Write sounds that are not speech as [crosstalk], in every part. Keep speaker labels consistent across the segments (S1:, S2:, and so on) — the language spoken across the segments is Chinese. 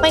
S1: 欢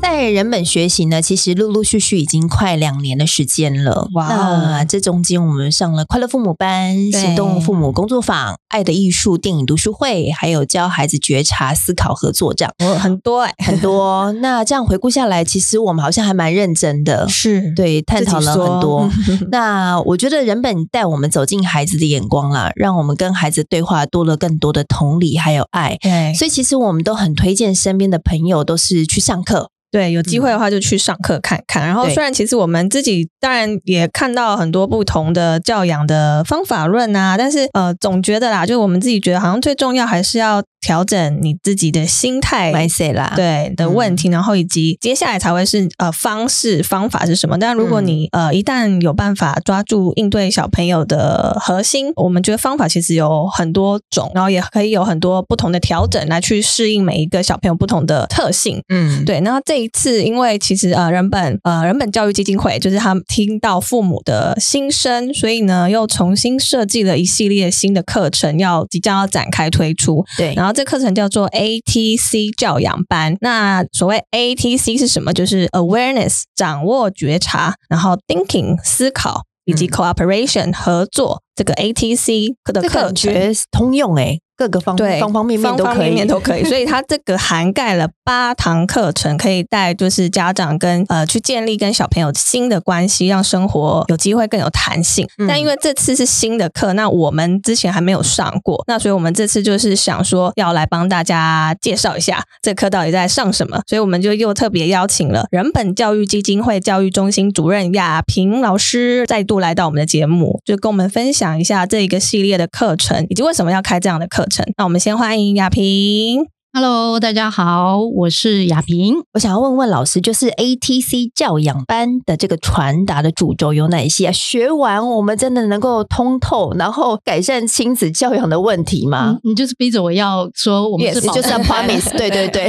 S1: 在人本学习呢，其实陆陆续续已经快两年的时间了。
S2: 哇哦
S1: 那这中间我们上了快乐父母班、
S2: 对
S1: 行动父母工作坊、爱的艺术电影读书会，还有教孩子觉察、思考、合作这样
S2: 我很多哎、
S1: 很多。 [laughs] 那这样回顾下来，其实我们好像还蛮认真的。
S2: 是
S1: 对，
S2: 对，
S1: 探
S2: 自己
S1: 讨了很
S2: 说
S1: 多。
S2: [laughs]
S1: 那我觉得人本带我们走进孩子的眼光啦，让我们跟孩子对话多了更多的同理还有爱。
S2: 对，
S1: 所以其实我们都很推荐身边的朋友都是去上课，
S2: 对，有机会的话就去上课看看。然后
S1: 对
S2: 虽然其实我们自己当然也看到很多不同的教养的方法论啊，但是呃，总觉得啦，就是我们自己觉得好像最重要还是要调整你自己的心态。
S1: 买谁啦？
S2: 哎对的问题，然后以及接下来才会是呃方式方法是什么？但如果你、呃一旦有办法抓住应对小朋友的核心，我们觉得方法其实有很多种，然后也可以有很多不同的调整来去适应每一个小朋友不同的特性。
S1: 嗯，
S2: 对，那这一次，因为其实呃，人本呃人本教育基金会就是他们听到父母的心声，所以呢又重新设计了一系列新的课程，要即将要展开推出。
S1: 对
S2: 然后这课程叫做 ATC 教养班。那所谓 ATC 是什么？就是 awareness 掌握觉察，然后 thinking 思考，以及
S1: 嗯
S2: cooperation、合作。这个 ATC 的
S1: 这
S2: 课
S1: 感
S2: 程。
S1: 觉通用诶、各个方
S2: 对，
S1: 方方面面都
S2: 方
S1: 可
S2: 方
S1: 以。
S2: 面面都可以。所以它这个涵盖了八堂课程，可以带就是家长跟呃去建立跟小朋友新的关系，让生活有机会更有弹性。
S1: 嗯
S2: 但因为这次是新的课，那我们之前还没有上过，那所以我们这次就是想说要来帮大家介绍一下这课到底在上什么，所以我们就又特别邀请了人本教育基金会教育中心主任亚平老师再度来到我们的节目，就跟我们分享一下这一个系列的课程，以及为什么要开这样的课程。那我们先欢迎亚平。
S3: Hello，大家好，我是雅萍。
S1: 我想要问问老师，就是 ATC 教养班的这个传达的主轴有哪些、啊？学完我们真的能够通透，然后改善亲子教养的问题吗？
S3: 嗯
S2: 嗯
S3: 你你就是逼着我要说我们
S1: Yes，
S3: 是保
S1: 啊
S3: 啊
S1: 就是
S3: [laughs]
S1: 要
S2: [laughs]
S1: promise，对对 [laughs] 对，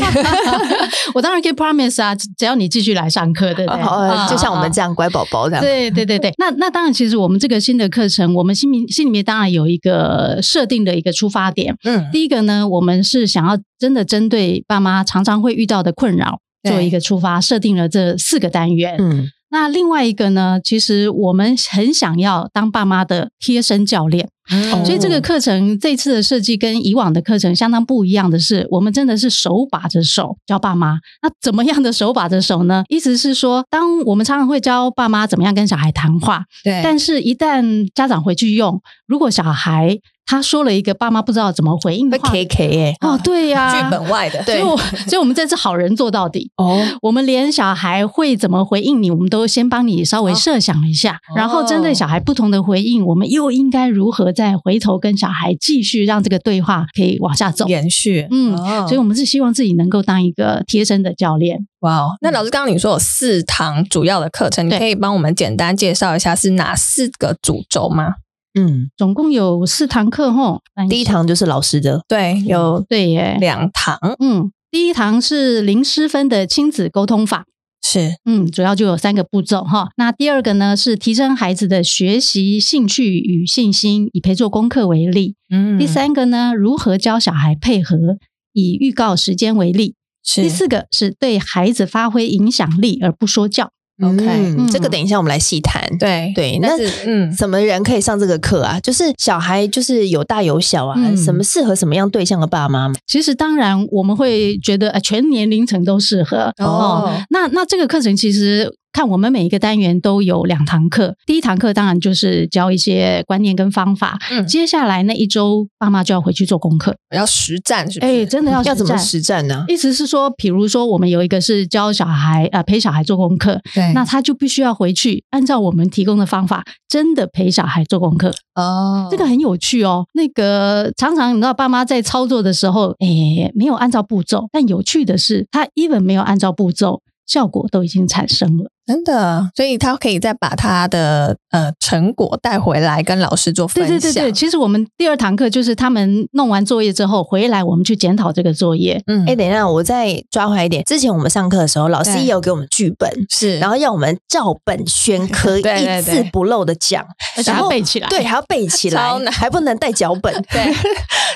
S3: 我当然可以 promise 啊，只只要你继续来上课，对不对？
S2: 嗯
S1: 哦，就像我们
S3: 样。
S1: 这样乖宝宝这样，
S3: 对对对对，那那当然，其实我们这个新的课程，我们心里心里面当然有一个设定的一个出发点。
S2: 嗯，
S3: 第一个呢，我们是想要真的针对爸妈常常会遇到的困扰
S2: 嗯对
S3: 做一个出发，设定了这四个单元。
S1: 嗯，
S3: 那另外一个呢，其实我们很想要当爸妈的贴身教练，
S1: 哦
S3: 所以这个课程这次的设计跟以往的课程相当不一样的是，我们真的是手把着手教爸妈。那怎么样的手把着手呢？意思是说，当我们常常会教爸妈怎么样跟小孩谈话，
S2: 对
S3: 但是一旦家长回去用，如果小孩他说了一个爸妈不知道怎么回应的
S1: 会
S3: 话，
S1: K K 耶，
S3: 哦，对呀、
S2: 外的
S3: 所以我所以我们这次好人做到底。
S1: 哦，
S3: 我们连小孩会怎么回应你，我们都先帮你稍微设想一下，
S2: 哦
S3: 然后针对小孩不同的回应，我们又应该如何再回头跟小孩继续让这个对话可以往下走。
S2: 延续，
S3: 嗯
S2: 哦
S3: 所以，我们是希望自己能够当一个贴身的教练。
S2: 哇哦，那老师刚刚你说有四堂主要的课程，你
S3: 嗯对
S2: 可以帮我们简单介绍一下是哪四个主轴吗？
S1: 嗯，
S3: 总共有四堂课吼，
S1: 第一堂就是老师的，
S2: 对，有
S3: 对耶，
S2: 两堂
S3: 嗯，第一堂是零失分的亲子沟通法。
S2: 是
S3: 嗯，主要就有三个步骤哈。那第二个呢是提升孩子的学习兴趣与信心，以陪做功课为例。
S2: 嗯
S3: 第三个呢，如何教小孩配合，以预告时间为例。
S2: 是
S3: 第四个是对孩子发挥影响力而不说教。
S2: OK，
S1: 嗯
S3: 嗯
S1: 这个等一下我们来细谈。
S2: 对
S1: 对，那
S2: 但是嗯
S1: 什么人可以上这个课啊？就是小孩，就是有大有小啊，
S3: 嗯
S1: 什么适合什么样对象的爸妈嘛。
S3: 其实当然我们会觉得呃全年龄层都适合
S2: 哦
S3: 那那这个课程其实看我们每一个单元都有两堂课，第一堂课当然就是教一些观念跟方法，
S2: 嗯
S3: 接下来那一周爸妈就要回去做功课。
S2: 要实战是不
S3: 哎，
S2: 是？
S3: 真的要
S1: 要
S3: 实
S1: 怎么
S3: 战
S1: 实战啊呢、
S3: 意思是说，比如说我们有一个是教小孩呃陪小孩做功课，
S2: 对
S3: 那他就必须要回去按照我们提供的方法，真的陪小孩做功课，
S2: 哦
S3: 这个很有趣哦。那个常常你知道，爸妈在操作的时候，诶，没有按照步骤，但有趣的是，他 even 没有按照步骤，效果都已经产生了。
S2: 真的，所以他可以再把他的呃成果带回来跟老师做分
S3: 对
S2: 享。
S3: 对对对，其实我们第二堂课就是他们弄完作业之后回来，我们去检讨这个作业。
S2: 嗯，
S1: 哎、等一下，我再抓回来一点。之前我们上课的时候，老师
S2: 对
S1: 也有给我们剧本，
S2: 是，
S1: 然后要我们照本宣科，
S2: 嗯 [laughs] 对对
S1: 一字
S2: 对
S1: 不漏的讲，
S3: 而且
S1: 然
S3: 要
S1: 后
S3: 背起来
S1: 对，还要背起来
S2: 超，难
S1: 还不能带脚本。
S2: [laughs] 对，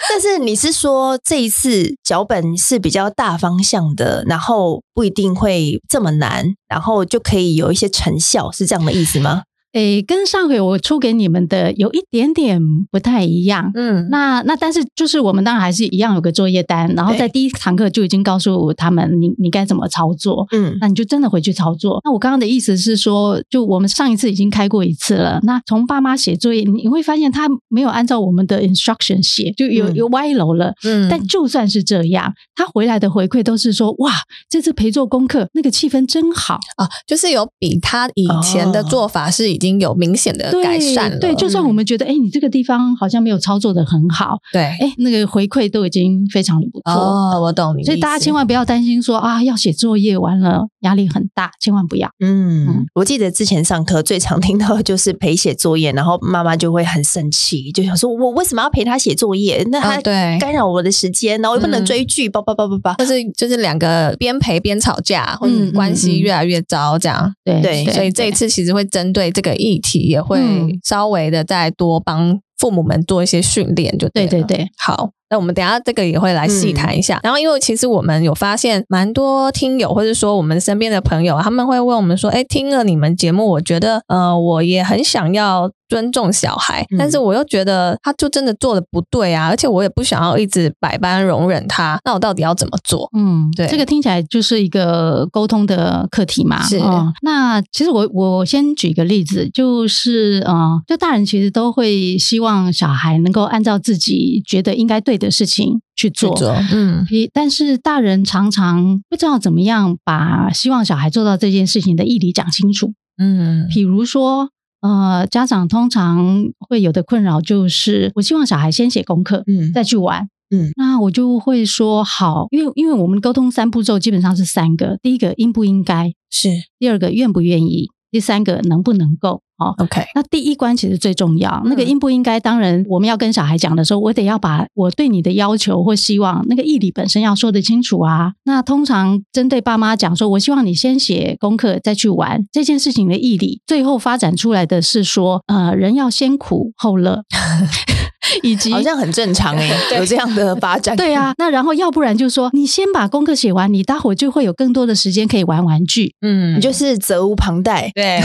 S1: 但是你是说这一次脚本是比较大方向的，然后不一定会这么难，然后就可以有一些成效，是这样的意思吗？
S3: 诶，跟上回我出给你们的有一点点不太一样。
S2: 嗯，
S3: 那那但是就是我们当然还是一样有个作业单，然后
S2: 对
S3: 在第一堂课就已经告诉他们你你该怎么操作。
S1: 嗯，
S3: 那你就真的回去操作。那我刚刚的意思是说，就我们上一次已经开过一次了。那从爸妈写作业，你你会发现他没有按照我们的 instruction 写，就有
S1: 嗯
S3: 有歪楼了。
S2: 嗯
S3: 但就算是这样，他回来的回馈都是说：“哇，这次陪做功课那个气氛真好。
S2: 啊，就是有比他以前的
S1: 哦
S2: 做法是已经有明显的
S3: 对”
S2: 呃改善了，嗯
S3: 对，就算我们觉得，哎、你这个地方好像没有操作的很好，
S2: 对，
S3: 哎，那个回馈都已经非常不错。
S2: 哦，我懂你，
S3: 所以大家千。万不要担心说啊，要写作业完了压力很大，千万不要。
S1: 嗯
S3: 嗯，
S1: 我记得之前上课最常听到的就是陪写作业，然后妈妈就会很生气，就想说我为什么要陪他写作业？那
S2: 啊、
S1: 他
S2: 对，嗯
S1: 干扰我的时间，然后又不能追剧，叭叭叭叭叭。
S2: 就是就是两个边陪边吵架，或
S3: 嗯
S2: 者
S3: 嗯
S2: 关系
S3: 嗯
S2: 越来越糟这样。
S3: 对
S1: 对
S2: 所以这一次其实会针对这个议题，也会
S3: 嗯
S2: 稍微的再多帮父母们做一些训练，就
S3: 对
S2: 对
S3: 对
S2: 了。
S3: 对，
S2: 好，那我们等一下这个也会来细谈一下。然后，因为其实我们有发现蛮多听友，或者说我们身边的朋友，他们会问我们说：“哎，听了你们节目，我觉得呃，我也很想要尊重小孩，
S1: 嗯
S2: 但是我又觉得他就真的做的不对啊，而且我也不想要一直百般容忍他。那我到底要怎么做？”
S3: 嗯，
S2: 对
S3: 这个听起来就是一个沟通的课题嘛。
S2: 是
S3: 哦那其实我我先举一个例子，就是呃，就大人其实都会希望小孩能够按照自己觉得应该对的事情去做。
S2: 去嗯，
S3: 诶但是大人常常不知道怎么样把希望小孩做到这件事情的义理讲清楚。
S2: 嗯，
S3: 比如说，呃，家长通常会有的困扰就是，我希望小孩先写功课，
S1: 嗯
S3: 再去玩。
S1: 嗯，
S3: 那我就会说好，因为因为我们沟通三步骤基本上是三个：第一个应不应该，
S2: 是
S3: 第二个愿不愿意，第三个能不能够。哦，
S2: OK，
S3: 那第一关其实最重要。那个
S2: 嗯
S3: 应不应该，当然我们要跟小孩讲的时候，我得要把我对你的要求或希望那个义理本身要说得清楚啊。那通常针对爸妈讲说，我希望你先写功课再去玩这件事情的义理，最后发展出来的是说，呃，人要先苦后乐， [laughs] 以及
S1: 好像很正常哎、
S2: [laughs] 对
S1: 有这样的发
S2: [laughs]
S1: 展。
S3: 对啊，那然后要不然就说你先把功课写完，你待会儿就会有更多的时间可以玩玩具。
S2: 嗯
S1: 你就是责无旁贷。
S2: 对，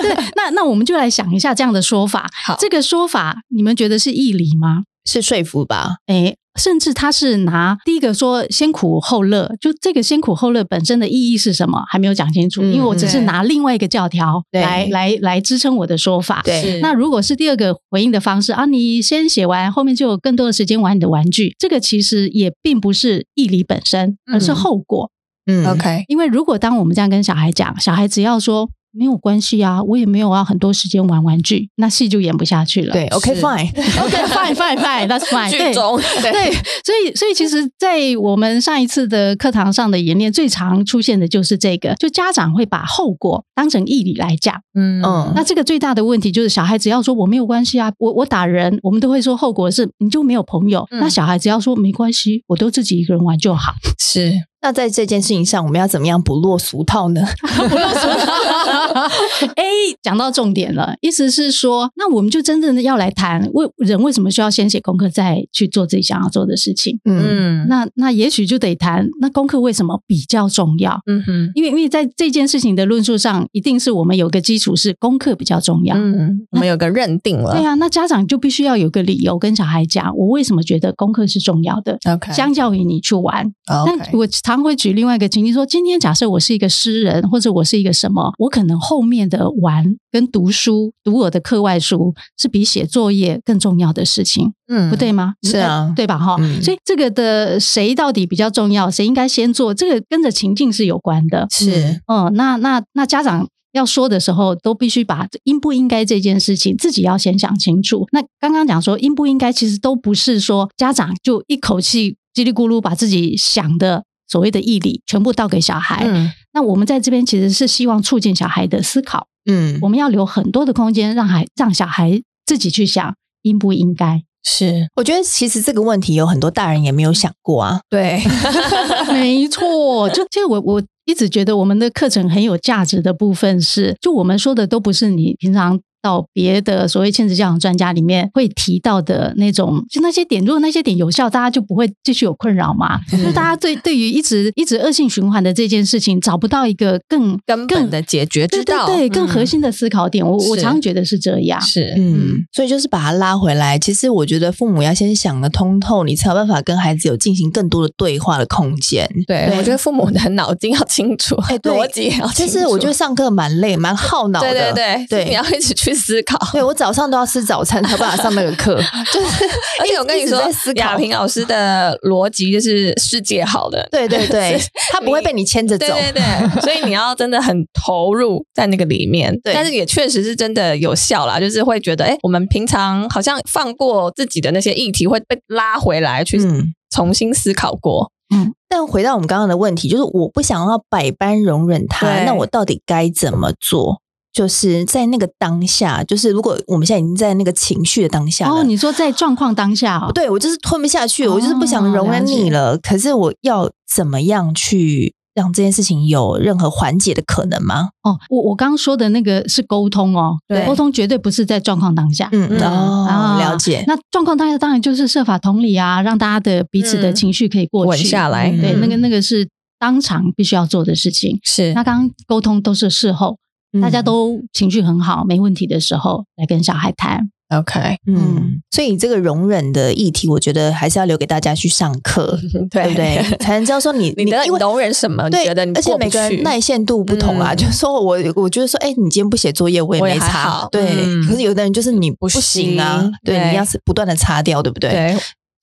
S3: 对，那那我们就来想一下这样的说法，
S2: 好，
S3: 这个说法你们觉得是义理吗？
S1: 是说服吧？
S3: 诶，甚至他是拿第一个说先苦后乐，就这个先苦后乐本身的意义是什么还没有讲清楚，
S1: 嗯
S3: 因为我只是
S2: 对
S3: 拿另外一个教条
S1: 对
S3: 来来来支撑我的说法。
S1: 对
S2: 是
S3: 那如果是第二个回应的方式啊，你先写完，后面就有更多的时间玩你的玩具。这个其实也并不是义理本身，而是
S2: 嗯
S3: 后果。
S1: 嗯
S2: [laughs] OK，
S3: 因为如果当我们这样跟小孩讲，小孩只要说没有关系啊，我也没有要很多时间玩玩具，那戏就演不下去了。
S1: 对，OK
S2: 是
S1: fine，
S3: ，OK fine fine fine，that's fine。
S1: 对
S3: 对。对，所以所以其实，在我们上一次的课堂上的演练，最常出现的就是这个，就家长会把后果当成义理来讲。
S2: [laughs] 嗯
S1: 嗯
S3: 那这个最大的问题就是，小孩只要说我没有关系啊，我我打人，我们都会说后果是你就没有朋友。
S2: 嗯
S3: 那小孩只要说没关系，我都自己一个人玩就好。
S2: 是
S1: 那在这件事情上，我们要怎么样不落俗套呢？
S3: 哎，讲到重点了，意思是说，那我们就真正的要来谈，为人为什么需要先写功课再去做自己想要做的事情？
S1: 嗯
S2: 嗯
S3: 那那也许就得谈，那功课为什么比较重要？
S2: 嗯哼
S3: 因为因为在这件事情的论述上，一定是我们有个基础是功课比较重要。
S2: 嗯，我们有个认定了，
S3: 对啊，那家长就必须要有个理由跟小孩讲，我为什么觉得功课是重要的。
S1: 啊
S2: ，OK，哦
S3: 相较于你去玩，但
S2: OK，
S3: 我常会举另外一个情境说，今天假设我是一个诗人，或者我是一个什么，我可能后面的玩跟读书、读我的课外书是比写作业更重要的事情，
S2: 嗯
S3: 不，对吗？呃
S1: 是啊
S3: 对吧？哈、
S1: 嗯
S3: 所以这个的谁到底比较重要，谁应该先做，这个跟着情境是有关的。
S2: 是
S3: 嗯，那那那家长要说的时候，都必须把应不应该这件事情自己要先想清楚。那刚刚讲说应不应该，其实都不是说家长就一口气叽里咕噜把自己想的所谓的义理全部倒给小孩，
S2: 嗯
S3: 那我们在这边其实是希望促进小孩的思考，
S1: 嗯
S3: 我们要留很多的空间让孩让小孩自己去想应不应该。
S2: 是
S1: 我觉得其实这个问题有很多大人也没有想过啊。 [laughs]
S2: 对，
S3: [laughs] 没错，就这个我我一直觉得我们的课程很有价值的部分是，就我们说的都不是你平常。到别的所谓亲子教养专家里面会提到的那种，就那些点，如果那些点有效，大家就不会继续有困扰嘛。
S1: 嗯
S3: 就大家对对于一直一直恶性循环的这件事情，找不到一个更
S2: 根
S3: 更
S2: 本的解决之
S3: 对
S2: 道，
S3: 对对更核
S2: 嗯
S3: 心的思考点。我我
S2: 是
S3: 常觉得是这样。
S2: 是
S1: 嗯
S3: 嗯，
S1: 所以就是把它拉回来。其实我觉得父母要先想得通透，你才有办法跟孩子有进行更多的对话的空间。
S2: 对，
S1: 对
S2: 我觉得父母的脑筋要清楚，
S1: 哎对
S2: 逻辑也要清
S1: 其
S2: 楚。
S1: 实我觉得上课蛮累，蛮耗脑的。
S2: 对对对，
S1: 对
S2: 你要一直去思考。
S1: 对我早上都要吃早餐才有办法上那个 [laughs] 课，就是
S2: 而且我跟
S1: [laughs]
S2: 你
S1: 一
S2: 说
S1: 直在思，考
S2: 亚萍老师的逻辑就是世界好的，
S1: 对对对，他不会被你牵着走
S2: 对。对对，所以你要真的很投入在那个里面。
S1: 对
S2: 但是也确实是真的有效啦，就是会觉得，哎，我们平常好像放过自己的那些议题，会被拉回来去
S1: 嗯，
S2: 重新思考过。
S1: 但回到我们刚刚的问题，就是我不想要百般容忍他，
S2: 对
S1: 那我到底该怎么做？就是在那个当下，就是如果我们现在已经在那个情绪的当下了，
S3: 哦，你说在状况当下哦，
S1: 对我就是吞不下去，
S3: 哦
S1: 我就是不想容忍你了。可是我要怎么样去让这件事情有任何缓解的可能吗？
S3: 哦，我我刚刚说的那个是沟通哦
S2: 对，
S3: 沟通绝对不是在状况当下。
S1: 嗯，
S2: 嗯
S1: 哦
S3: 啊，
S1: 了解。
S3: 那状况当下当然就是设法同理啊，让大家的彼此的
S2: 嗯
S3: 情绪可以过去
S2: 稳下来
S3: 对，
S1: 嗯
S3: 那个那个是当场必须要做的事情。
S2: 是
S3: 那刚刚沟通都是事后，大
S1: 嗯
S3: 家都情绪很好、没问题的时候来跟小孩谈。
S2: OK，
S1: 嗯，嗯所以这个容忍的议题，我觉得还是要留给大家去上
S2: [laughs]
S1: 课，对不对？才能知道说 [laughs] 你
S2: 你的
S1: 因为
S2: 容忍什么？
S1: 对，
S2: 你觉得你
S1: 而且
S2: 过不
S1: 每个人
S2: 去
S1: 耐限度不同啊，
S2: 嗯
S1: 就是说我我觉得说，哎、你今天不写作业，我也
S2: 我也
S1: 没
S2: 还
S1: 擦
S2: 好，
S1: 对。
S2: 嗯
S1: 可是有的人就是你不行啊，
S2: 行
S1: 对，
S2: 对
S1: 你要是不断的擦掉，对不对？
S2: 对，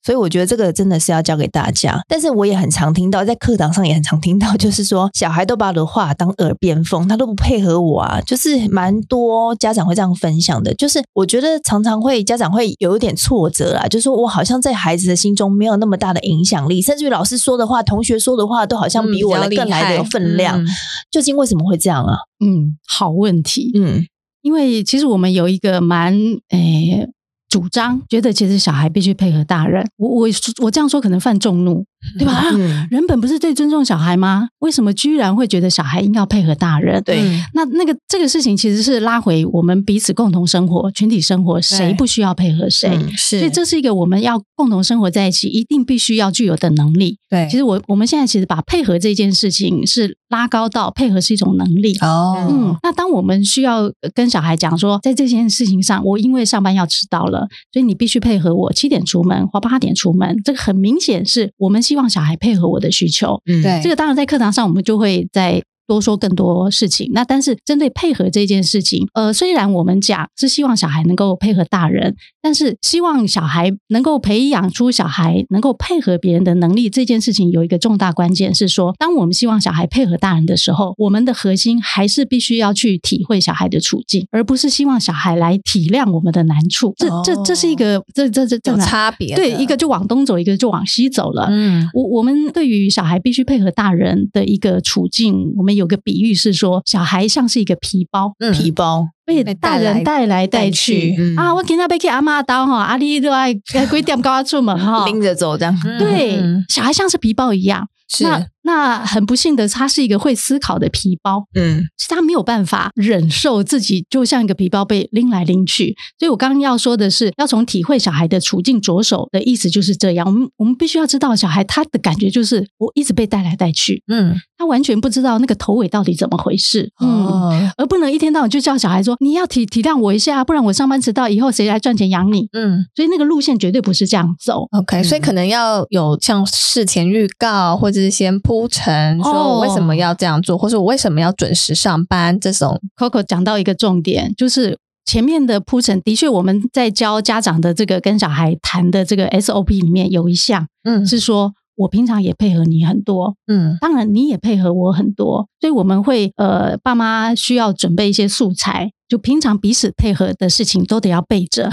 S1: 所以我觉得这个真的是要教给大家。但是我也很常听到，在课堂上也很常听到，就是说小孩都把我的话当耳边风，他都不配合我啊，就是蛮多家长会这样分享的。就是我觉得常常会家长会有一点挫折啊，就是说我好像在孩子的心中没有那么大的影响力，甚至于老师说的话、同学说的话都好像
S2: 嗯
S1: 比我
S2: 较
S1: 来
S2: 厉
S1: 更来的有
S2: 害
S1: 分量。
S2: 嗯
S1: 究竟为什么会这样啊？
S3: 嗯，好问题。
S1: 嗯
S3: 因为其实我们有一个蛮诶、主张，觉得其实小孩必须配合大人。我我我这样说可能犯众怒，对吧？啊
S1: 嗯，
S3: 人本不是最尊重小孩吗？为什么居然会觉得小孩应该要配合大人？
S1: 对
S2: 嗯
S3: 那那个这个事情其实是拉回我们彼此共同生活、群体生活，谁不需要配合谁？
S1: 嗯
S2: 是，
S3: 所以这是一个我们要共同生活在一起，一定必须要具有的能力。
S2: 对
S3: 其实我我们现在其实把配合这件事情是拉高到配合是一种能力。
S2: 哦
S3: 嗯，那当我们需要呃跟小孩讲说，在这件事情上，我因为上班要迟到了，所以你必须配合我七点出门或八点出门。这个很明显是我们希望小孩配合我的需求。
S1: 嗯
S2: 对
S3: 这个当然在课堂上我们就会再多说更多事情。那但是针对配合这件事情，呃，虽然我们讲是希望小孩能够配合大人，但是希望小孩能够培养出小孩能够配合别人的能力，这件事情有一个重大关键是说，当我们希望小孩配合大人的时候，我们的核心还是必须要去体会小孩的处境，而不是希望小孩来体谅我们的难处。这这这是一个这这这这
S2: 哦有
S3: 哪
S2: 差别的，
S3: 对一个就往东走，一个就往西走了。
S2: 嗯
S3: 我我们对于小孩必须配合大人的一个处境，我们有个比喻是说，小孩像是一个皮包，
S2: 嗯
S1: 皮包，
S3: 被
S2: 被
S3: 大
S2: 带来
S3: 人带来带
S2: 带
S3: 去
S2: 去。
S1: 嗯。
S3: 啊，我今天被去阿妈刀哈，阿丽都爱爱几点跟我
S2: [laughs]
S3: 出门哈
S1: 拎着走这样。
S3: 对
S2: 嗯，
S3: 小孩像是皮包一样。
S2: 是
S3: 那那很不幸的，他是一个会思考的皮包，
S1: 嗯
S3: 是他没有办法忍受自己就像一个皮包被拎来拎去。所以我刚刚要说的是，要从体会小孩的处境着手的意思就是这样。我们我们必须要知道，小孩他的感觉就是我一直被带来带去，
S2: 嗯
S3: 他完全不知道那个头尾到底怎么回事。嗯。
S2: 哦
S3: 而不能一天到晚就叫小孩说你要体体谅我一下，不然我上班迟到，以后谁来赚钱养你？
S2: 嗯
S3: 所以那个路线绝对不是这样走。
S2: OK，所以可能要有像事前预告，或者是先铺陈，说我为
S3: 哦
S2: 什么要这样做，或者我为什么要准时上班这种。
S3: Coco 讲到一个重点，就是前面的铺陈，的确我们在教家长的这个跟小孩谈的这个 SOP 里面有一项
S2: 嗯
S3: 是说。我平常也配合你很多，
S2: 嗯
S3: 当然你也配合我很多，所以我们会呃，爸妈需要准备一些素材，就平常彼此配合的事情都得要
S2: [laughs]
S3: 备着，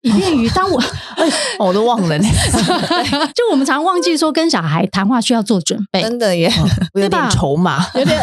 S3: 以便于当我 [laughs]
S1: 哦我都忘了呢，
S2: 嗯
S3: 就我们常忘记说跟小孩谈话需要做准备。
S2: 真的耶，
S1: 我有
S3: 对吧
S1: 点筹码。
S3: 有
S2: [laughs]
S3: 点，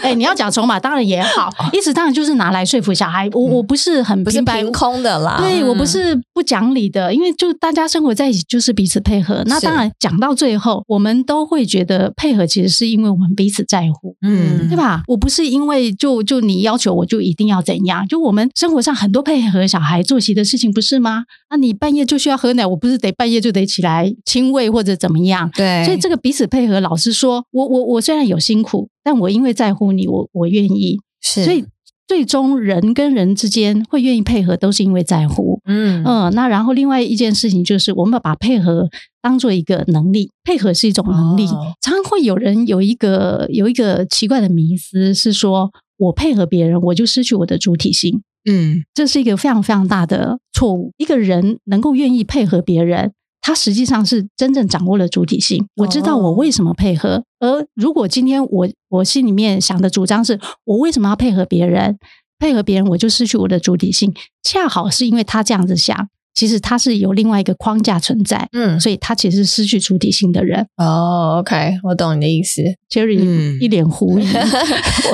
S3: 哎、你要讲筹码当然也好，意思当然就是拿来说服小孩。我我不是很
S2: 哦嗯不是
S3: 平白无
S2: 凭空的啦。
S3: 对我不
S2: 嗯
S3: 是不讲理的，因为就大家生活在一起就是彼此配合。那
S2: 是
S3: 当然讲到最后，我们都会觉得配合其实是因为我们彼此在乎。
S1: 嗯，
S3: 对吧？我不是因为就就你要求我就一定要怎样，就我们生活上很多配合小孩作息的事情，不是吗？那你半夜就需要喝奶，我不是得半夜就得起来亲喂或者怎么样？
S2: 对，
S3: 所以这个彼此配合，老实说，我我我虽然有辛苦，但我因为在乎你，我我愿意。
S2: 是
S3: 所以最终人跟人之间会愿意配合，都是因为在乎。
S1: 嗯
S3: 嗯、那然后另外一件事情就是，我们把配合当做一个能力，配合是一种能力。
S1: 哦
S3: 常常会有人有一个有一个奇怪的迷思，是说我配合别人，我就失去我的主体性，
S1: 嗯
S3: 这是一个非常非常大的错误。一个人能够愿意配合别人。他实际上是真正掌握了主体性，我知道我为什么配合。而如果今天我我心里面想的主张是我为什么要配合别人，配合别人，我就失去我的主体性。恰好是因为他这样子想，其实他是有另外一个框架存在，
S2: 嗯
S3: 所以他其实是失去主体性的人。
S2: 哦，OK，我懂你的意思， [laughs]
S3: Jerry、
S1: 嗯
S3: 一脸狐疑，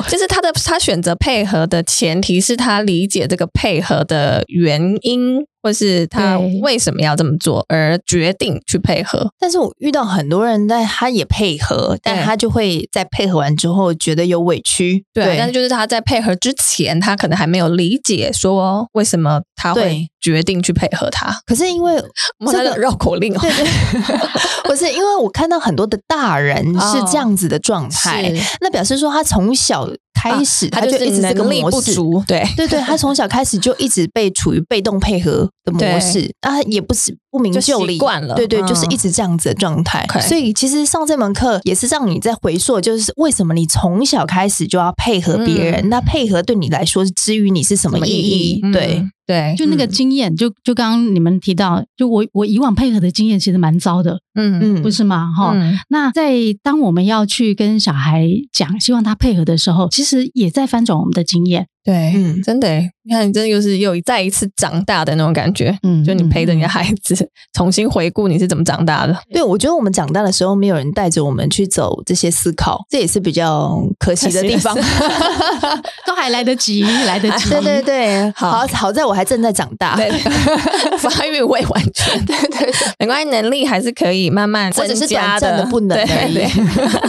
S2: 就是他的他选择配合的前提是他理解这个配合的原因，或是他
S3: 对
S2: 为什么要这么做而决定去配合。
S1: 但是我遇到很多人，但他也配合，但他就会在配合完之后觉得有委屈。
S2: 对，但是就是他在配合之前，他可能还没有理解说为什么他会
S1: 对
S2: 决定去配合他。
S1: 可是因
S2: [laughs]
S1: 为
S2: 哇，
S1: 这
S2: 他
S1: 个
S2: 的绕口令 [laughs] 哦，
S1: 对对，不是因为我看到很多的大人是这样子的状态，
S2: 哦是啊
S1: 那表示说他从小开始、
S2: 他
S1: 就一
S2: 是
S1: 直这个
S2: 能力
S1: 模
S2: 不
S1: 式。
S2: 足，对，
S1: 对对，他从小开始就一直被处于被动配合的模式，啊，也不是不明
S2: 就
S1: 就里，
S2: 习惯了
S1: 对对，
S2: 嗯
S1: 就是一直这样子的状态。
S2: OK
S1: 所以其实上这门课也是让你在回溯，就是为什么你从小开始就要配合别人？那配合对你来说，至于你是什么意义？
S2: 嗯
S1: 对，
S2: 对，
S3: 就那个经验，就就刚刚你们提到，就我我以往配合的经验其实蛮糟的，
S2: 嗯
S1: 嗯，
S3: 不是吗？哈、
S2: 嗯
S3: 那在当我们要去跟小孩讲，希望他配合的时候，其实也在翻转我们的经验。
S2: 对，
S1: 嗯
S2: 真的耶，你看，你真的又是又一再一次长大的那种感觉。
S3: 嗯
S2: 就你陪着你的
S3: 嗯
S2: 孩子 [laughs] 重新回顾你是怎么长大的，
S1: 对，我觉得我们长大的时候，没有人带着我们去走这些思考，这也是比较可惜的地方
S2: 可。
S3: 都还来得
S2: [laughs]
S3: 及，来得
S1: [laughs]
S3: 及。
S1: 对对对，
S2: 好
S1: 好好在我还正在长大，
S2: [laughs] 对，发育未完全，对对，没关系，能力还是可以慢慢
S1: 或者是
S2: 增加
S1: 短暂的不能而
S2: 对 [laughs]
S1: 已
S2: 对。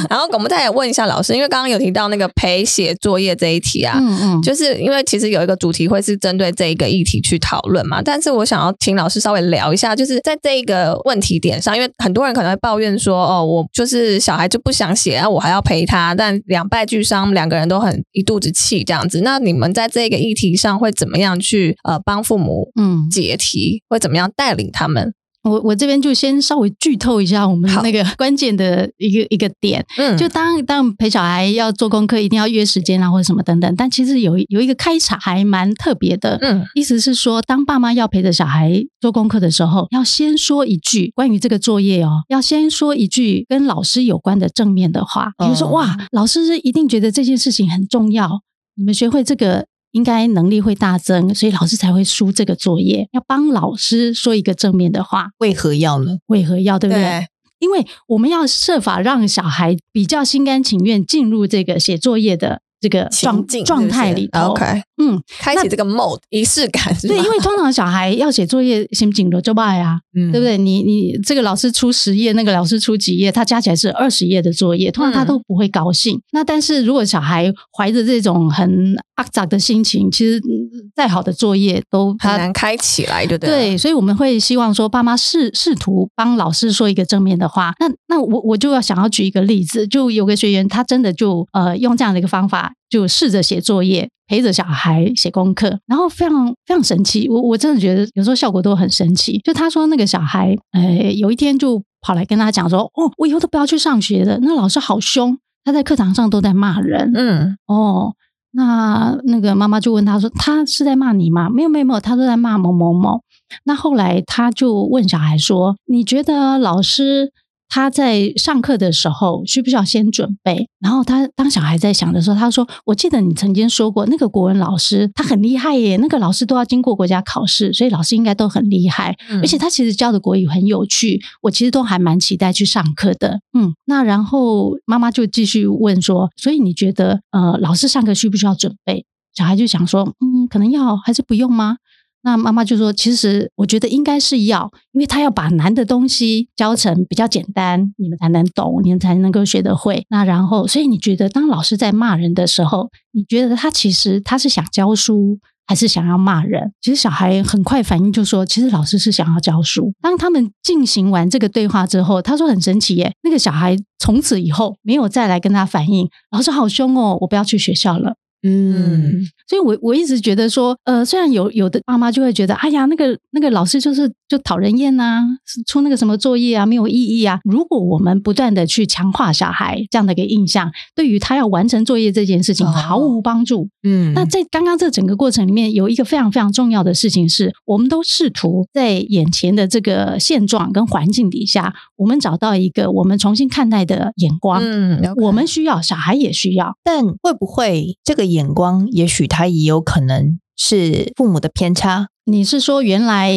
S2: 然后我们再来问一下老师，因为刚刚有提到那个陪写作业这一题啊，
S3: 嗯嗯，
S2: 就是因为其实有一个主题会是针对这一个议题去讨论嘛，但是我想要请老师稍微聊一下，就是在这一个问题点上，因为很多人可能会抱怨说，哦，我就是小孩就不想写啊，我还要陪他，但两败俱伤，两个人都很一肚子气这样子。那你们在这个议题上会怎么样去呃帮父母
S3: 嗯，
S2: 解题，会怎么样带领他们？
S3: 我我这边就先稍微剧透一下我们
S2: 好 [laughs]
S3: 那个关键的一个一个点，
S2: 嗯
S3: 就当当陪小孩要做功课，一定要约时间啊，或者什么等等。但其实有一有一个开场还蛮特别的，
S2: 嗯
S3: 意思是说，当爸妈要陪着小孩做功课的时候，要先说一句关于这个作业哦，要先说一句跟老师有关的正面的话，比如说、
S1: 哦
S3: 哇，老师是一定觉得这件事情很重要，你们学会这个。应该能力会大增，所以老师才会出这个作业。要帮老师说一个正面的话，
S1: 为何要呢？
S3: 为何要对不对？
S2: 对
S3: 因为我们要设法让小孩比较心甘情愿进入这个写作业的这个状
S2: 情境
S3: 状态
S2: 是不是
S3: 里头。
S2: ，OK，
S3: 嗯，
S2: 开启这个 mode 仪式感是吧
S3: 对，因为通常小孩要写作业，心紧了就罢呀，
S1: 嗯
S3: 对不？对？你你这个老师出十页，那个老师出几页，他加起来是二十页的作业，通常他
S2: 嗯
S3: 都不会高兴。那但是如果小孩怀着这种很阿杂的心情，其实嗯再好的作业都
S2: 很
S3: 他。
S2: 难开起来，就对了
S3: 对，所以我们会希望说，爸妈试试图帮老师说一个正面的话。那那我我就要想要举一个例子，就有个学员，他真的就呃用这样的一个方法，就试着写作业，陪着小孩写功课，然后非常非常神奇。我我真的觉得有时候效果都很神奇。就他说那个小孩，呃，有一天就跑来跟他讲说，哦，我以后都不要去上学了，那老师好凶，他在课堂上都在骂人。
S2: 嗯
S3: 哦，那那个妈妈就问他说：“他是在骂你吗？”没有，没有，没有，他都在骂某某某。那后来他就问小孩说：“你觉得老师他在上课的时候需不需要先准备？然后他当小孩在想的时候，他说：“我记得你曾经说过，那个国文老师他很厉害耶，那个老师都要经过国家考试，所以老师应该都很厉害。而且他其实教的国语很有趣，我其实都还蛮期待去上课的。嗯，那然后妈妈就继续问说，所以你觉得呃，老师上课需不需要准备？小孩就想说，嗯，可能要还是不用吗？那妈妈就说，其实我觉得应该是要，因为他要把难的东西教成比较简单，你们才能懂，你们才能够学得会。那然后，所以你觉得当老师在骂人的时候，你觉得他其实他是想教书，还是想要骂人。其实小孩很快反应就说，其实老师是想要教书。当他们进行完这个对话之后，他说很神奇耶，那个小孩从此以后没有再来跟他反映，老师好凶哦，我不要去学校了。
S1: 嗯，
S3: 所以我我一直觉得说，呃，虽然有有的爸妈就会觉得，哎呀，那个那个老师就是就讨人厌呐、是出那个什么作业啊，没有意义啊。如果我们不断的去强化小孩这样的一个印象，对于他要完成作业这件事情
S1: 哦
S3: 毫无帮助。
S1: 嗯
S3: 那在刚刚这整个过程里面，有一个非常非常重要的事情是，我们都试图在眼前的这个现状跟环境底下，我们找到一个我们重新看待的眼光。
S1: 嗯，了解
S3: 我们需要，小孩也需要。
S1: 但会不会这个眼光，也许他也有可能是父母的偏差，
S3: 你是说原来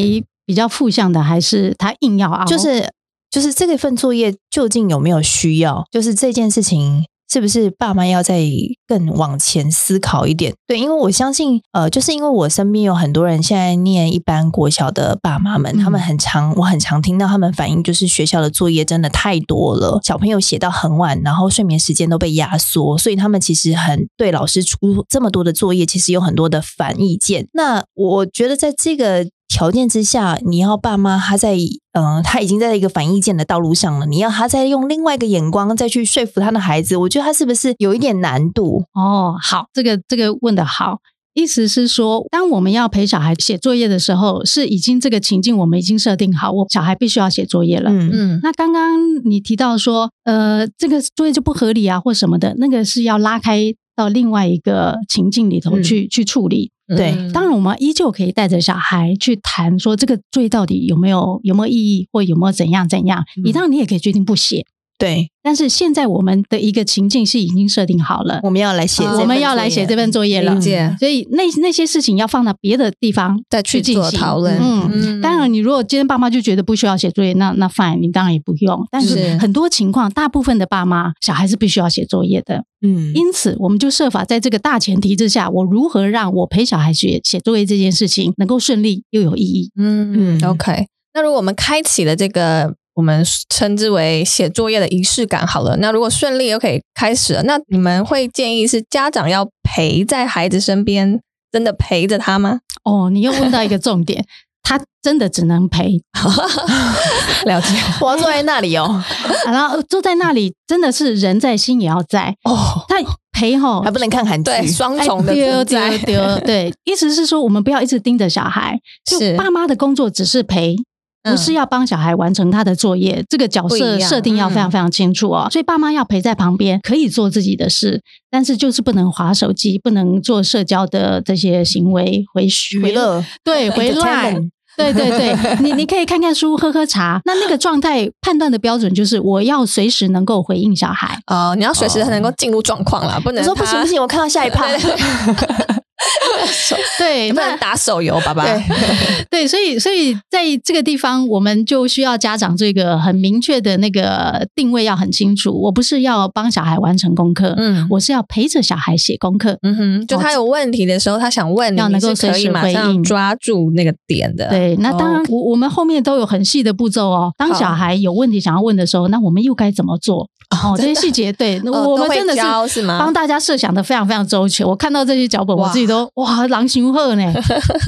S3: 比较负向的，还是他硬要熬？
S1: 就是就是这个份作业究竟有没有需要？就是这件事情是不是爸妈要再更往前思考一点？对，因为我相信，呃，就是因为我身边有很多人现在念一般国小的爸妈们，
S3: 嗯
S1: 他们很常我很常听到他们反映，就是学校的作业真的太多了，小朋友写到很晚，然后睡眠时间都被压缩，所以他们其实很对老师出这么多的作业，其实有很多的反意见。那我觉得在这个条件之下，你要爸妈他在嗯、他已经在一个反意见的道路上了，你要他再用另外一个眼光再去说服他的孩子，我觉得他是不是有一点难度？
S3: 哦，好，这个这个问的好。意思是说，当我们要陪小孩写作业的时候，是已经这个情境我们已经设定好，我小孩必须要写作业了。
S1: 嗯
S2: 嗯
S3: 那刚刚你提到说，呃，这个作业就不合理啊，或什么的，那个是要拉开到另外一个情境里
S1: 嗯
S3: 头去、去处理。
S1: 对
S3: 嗯
S2: 嗯
S3: 当然，我们依旧可以带着小孩去谈说这个作业到底有没有有没有意义，或有没有怎样怎样。
S1: 嗯
S3: 你当然你也可以决定不写，
S1: 对，
S3: 但是现在我们的一个情境是已经设定好了，
S1: 我们要来写这份作业，
S3: 哦我们要来写这份作业了
S2: 理。解
S1: 嗯
S3: 所以那那些事情要放到别的地方
S2: 再去
S3: 进
S2: 做
S3: 行
S2: 讨论
S3: 嗯，
S2: 嗯
S3: 当然，你如果今天爸妈就觉得不需要写作业，那那 fine，你当然也不用。但
S2: 是
S3: 是很多情况，大部分的爸妈小孩是必须要写作业的，
S1: 嗯
S3: 因此我们就设法在这个大前提之下，我如何让我陪小孩学写作业这件事情能够顺利又有意义？
S2: 嗯
S1: 嗯
S2: ，OK。那如果我们开启了这个我们称之为写作业的仪式感，好了，那如果顺利又可以开始了，那你们会建议是家长要陪在孩子身边，真的陪着他吗？
S3: 哦，你又问到一个重 [laughs] 点，他真的只能陪，
S2: 了解
S1: [laughs] 我要坐在那里
S3: [laughs]
S1: 哦，
S3: 然后坐在那里真的是人在心也要在，
S2: 哦，
S3: 他陪吼
S1: 还不能看韩剧，
S2: 对，双
S3: 哎
S2: 重的
S3: 丢
S2: 存
S3: 丢
S2: 在，
S3: 丢，对，意思是说我们不要一直盯着小孩，就是爸妈的工作只是陪。
S2: 嗯
S3: 不是要帮小孩完成他的作业，这个角
S2: 不一
S3: 色
S2: 样
S3: 设定要非常
S2: 嗯
S3: 非常清楚哦。所以爸妈要陪在旁边，可以做自己的事，但是就是不能划手机，不能做社交的这些行为，回
S1: 娱
S3: 回
S1: 乐
S3: 对回来
S1: Entertainment
S3: 对对对，你你可以看看书，喝喝茶。那那个状态判断的标准就是我要随时能够回应小孩。
S2: [laughs] 哦，你要随时能够进入状况哦啦，不
S1: 我
S2: 能
S1: 说不行
S2: 他
S1: 不行，我看到下一趴，
S2: [laughs]
S3: 对，
S2: 不
S3: 那
S2: 能打手游，爸爸。
S1: 对
S2: [laughs]
S3: 对，所以所以在这个地方，我们就需要家长这个很明确的那个定位要很清楚。我不是要帮小孩完成功课，
S2: 嗯
S3: 我是要陪着小孩写功课。
S2: 嗯哼，就他有问题的时候，他想问你，
S3: 哦要能够
S2: 你是可
S3: 随
S2: 以
S3: 时
S2: 马
S3: 回
S2: 上
S3: 应
S2: 抓住那个点的。
S3: 对，那当然，
S2: 哦
S3: 我我们后面都有很细的步骤哦。当
S2: 好
S3: 小孩有问题想要问的时候，那我们又该怎么做？哦，这些细节，对，那
S2: 哦
S3: 我
S2: 都
S3: 们
S2: 会
S3: 真的是
S2: 教是吗
S3: 帮大家设想的非常非常周全。我看到这些脚本，我
S2: 哇
S3: 自己都哇狼行
S2: [laughs]
S3: 鹤呢。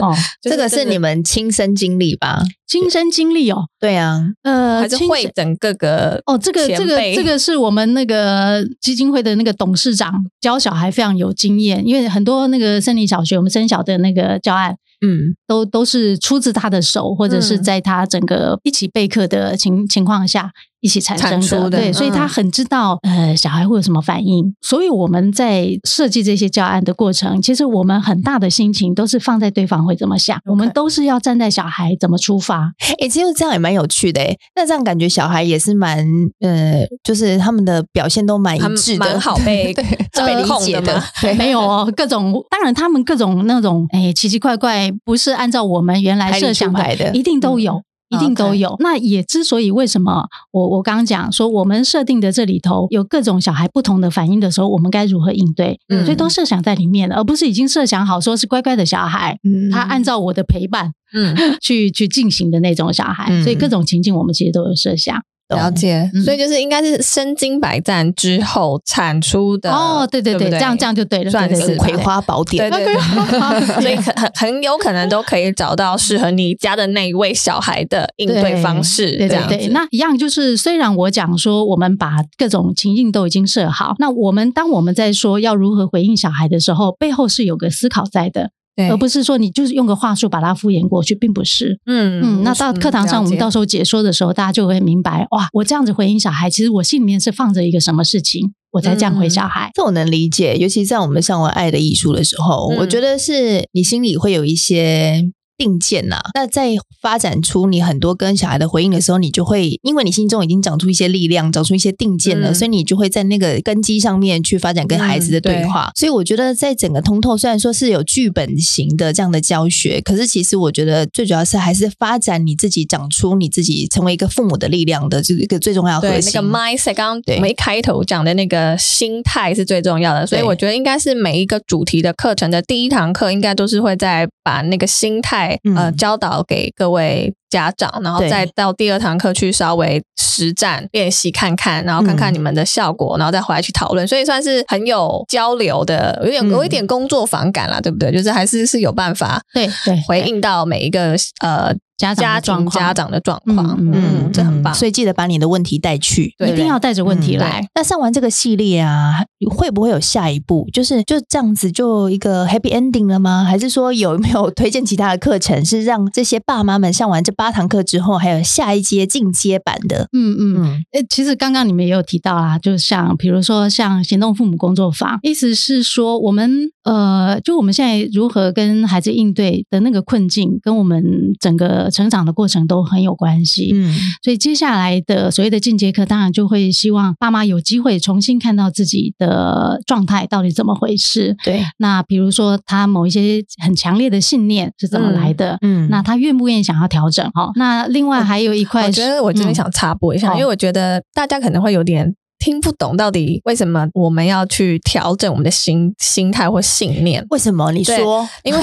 S3: 哦，
S1: 这个
S2: 就是
S1: 你们亲身经历吧？
S3: 亲身经历哦，
S1: 对啊，
S3: 呃，
S2: 还是
S3: 亲
S2: 会
S3: 身
S2: 整各个
S3: 哦，这个
S2: 前
S3: 这个
S2: 辈
S3: 这个是我们那个基金会的那个董事长教小孩非常有经验，因为很多那个森林小学我们森小的那个教案。
S1: 嗯
S3: 都都是出自他的手，或者是
S2: 嗯
S3: 在他整个一起备课的情情况下，一起产生
S2: 产出
S3: 的，
S2: 的
S3: 对，
S2: 嗯
S3: 所以他很知道呃小孩会有什么反应。所以我们在设计这些教案的过程，其实我们很大的心情都是放在对方会怎么想，我们都是要站在小孩怎么出发。
S1: 哎、其实这样也蛮有趣的哎、那这样感觉小孩也是蛮呃，就是他们的表现都蛮
S2: 还
S1: 一致的，
S2: 蛮好 [laughs] 被
S1: 对
S2: 被
S1: 被
S2: 理
S1: 理
S2: 解
S1: 解的
S2: 的。
S1: 对
S3: 没有哦，各种当然他们各种那种哎奇奇怪怪，不是按照我们原来
S1: 排
S3: 设
S1: 列出
S3: 想
S1: 牌的
S3: 一定都有。一定都
S1: OK
S3: 有。那也之所以为什么我我刚刚讲说我们设定的这里头有各种小孩不同的反应的时候，我们该如何应对，
S2: 嗯
S3: 所以都设想在里面了，而不是已经设想好说是乖乖的小孩，
S1: 嗯
S3: 他按照我的陪伴
S2: 嗯，
S3: 去去进行的那种小孩。
S1: 嗯
S3: 所以各种情境我们其实都有设想。
S1: 懂
S2: 了解
S3: 嗯。
S2: 所以就是应该是身经百战之后产出的。
S3: 哦，对对
S2: 对不
S3: 对，这样这样就对了，
S2: 算
S3: 对对
S2: 是
S3: 对
S2: 吧
S1: 葵花宝典
S2: 对对对
S3: [laughs] 对
S2: 所以很很很有可 [laughs] 能都可以找到适合你家的那一位小孩的应对方式，这
S3: 对对
S2: 样
S3: 对，
S2: 子。
S3: 那一样就是，虽然我讲说我们把各种情境都已经设好，那我们当我们在说要如何回应小孩的时候，背后是有个思考在的，
S2: 对
S3: 而不是说你就是用个话术把它敷衍过去，并不是。
S2: 嗯
S3: 嗯，那到课堂上我们到
S2: 时
S3: 时候解说的时候，大家就会明白，哇，我这样子回应小孩，其实我心里面是放着一个什么事情，我才这样回
S2: 嗯
S3: 小孩。
S1: 这我能理解，尤其在我们上完《爱的艺术》的时候，
S2: 嗯
S1: 我觉得是你心里会有一些定见呐、那在发展出你很多跟小孩的回应的时候，你就会因为你心中已经长出一些力量，长出一些定见了，
S2: 嗯
S1: 所以你就会在那个根基上面去发展跟孩子的对
S2: 嗯
S1: 话。所以我觉得在整个通透，虽然说是有剧本型的这样的教学，可是其实我觉得最主要是还是发展你自己，长出你自己成为一个父母的力量的这个一个最重要的核
S2: 对
S1: 心。
S2: 那个 mindset，刚刚
S1: 对
S2: 我们一开头讲的那个心态是最重要的，所以
S1: 对
S2: 我觉得应该是每一个主题的课程的第一堂课，应该都是会在把那个心态、
S1: 嗯
S2: 呃教导给各位家长，然后
S1: 对
S2: 再到第二堂课去稍微实战练习看看，然后看看
S1: 嗯
S2: 你们的效果，然后再回来去讨论，所以算是很有交流的，有点
S1: 嗯
S2: 有一点工作坊感啦，对不对？就是还是是有办法
S3: 对对，
S2: 回应到每一个呃
S3: 家长
S2: 家
S3: 的状
S2: 庭
S3: 况
S2: 家长的状况，
S3: 嗯嗯
S2: 嗯，这很棒，
S1: 所以记得把你的问题带去。
S2: 对
S3: 一定要带着问题
S1: 嗯
S3: 来。
S1: 那上完这个系列啊，会不会有下一步？就是就这样子就一个 happy ending 了吗？还是说有 [laughs] 没有推荐其他的课程，是让这些爸妈们上完这八堂课之后，还有下一阶进阶版的？
S3: 嗯嗯，
S1: 嗯，
S3: 诶，其实刚刚你们也有提到啦，就像比如说像行动父母工作坊，意思是说我们呃，就我们现在如何跟孩子应对的那个困境，跟我们整个成长的过程都很有关系。
S1: 嗯，
S3: 所以接下来的所谓的进阶课，当然就会希望爸妈有机会重新看到自己的状态到底怎么回事。
S1: 对，
S3: 那比如说他某一些很强烈的信念是怎么来的，
S1: 嗯
S3: 那他愿不愿意想要调整？哈、哦，那另外还有一块
S2: 我
S3: 是，
S2: 觉得我这边
S3: 嗯
S2: 想插播一下，
S3: 好
S2: 因为我觉得大家可能会有点听不懂到底为什么我们要去调整我们的心心态或信念，
S1: 为什么你说？
S2: 因
S1: [laughs]
S2: 为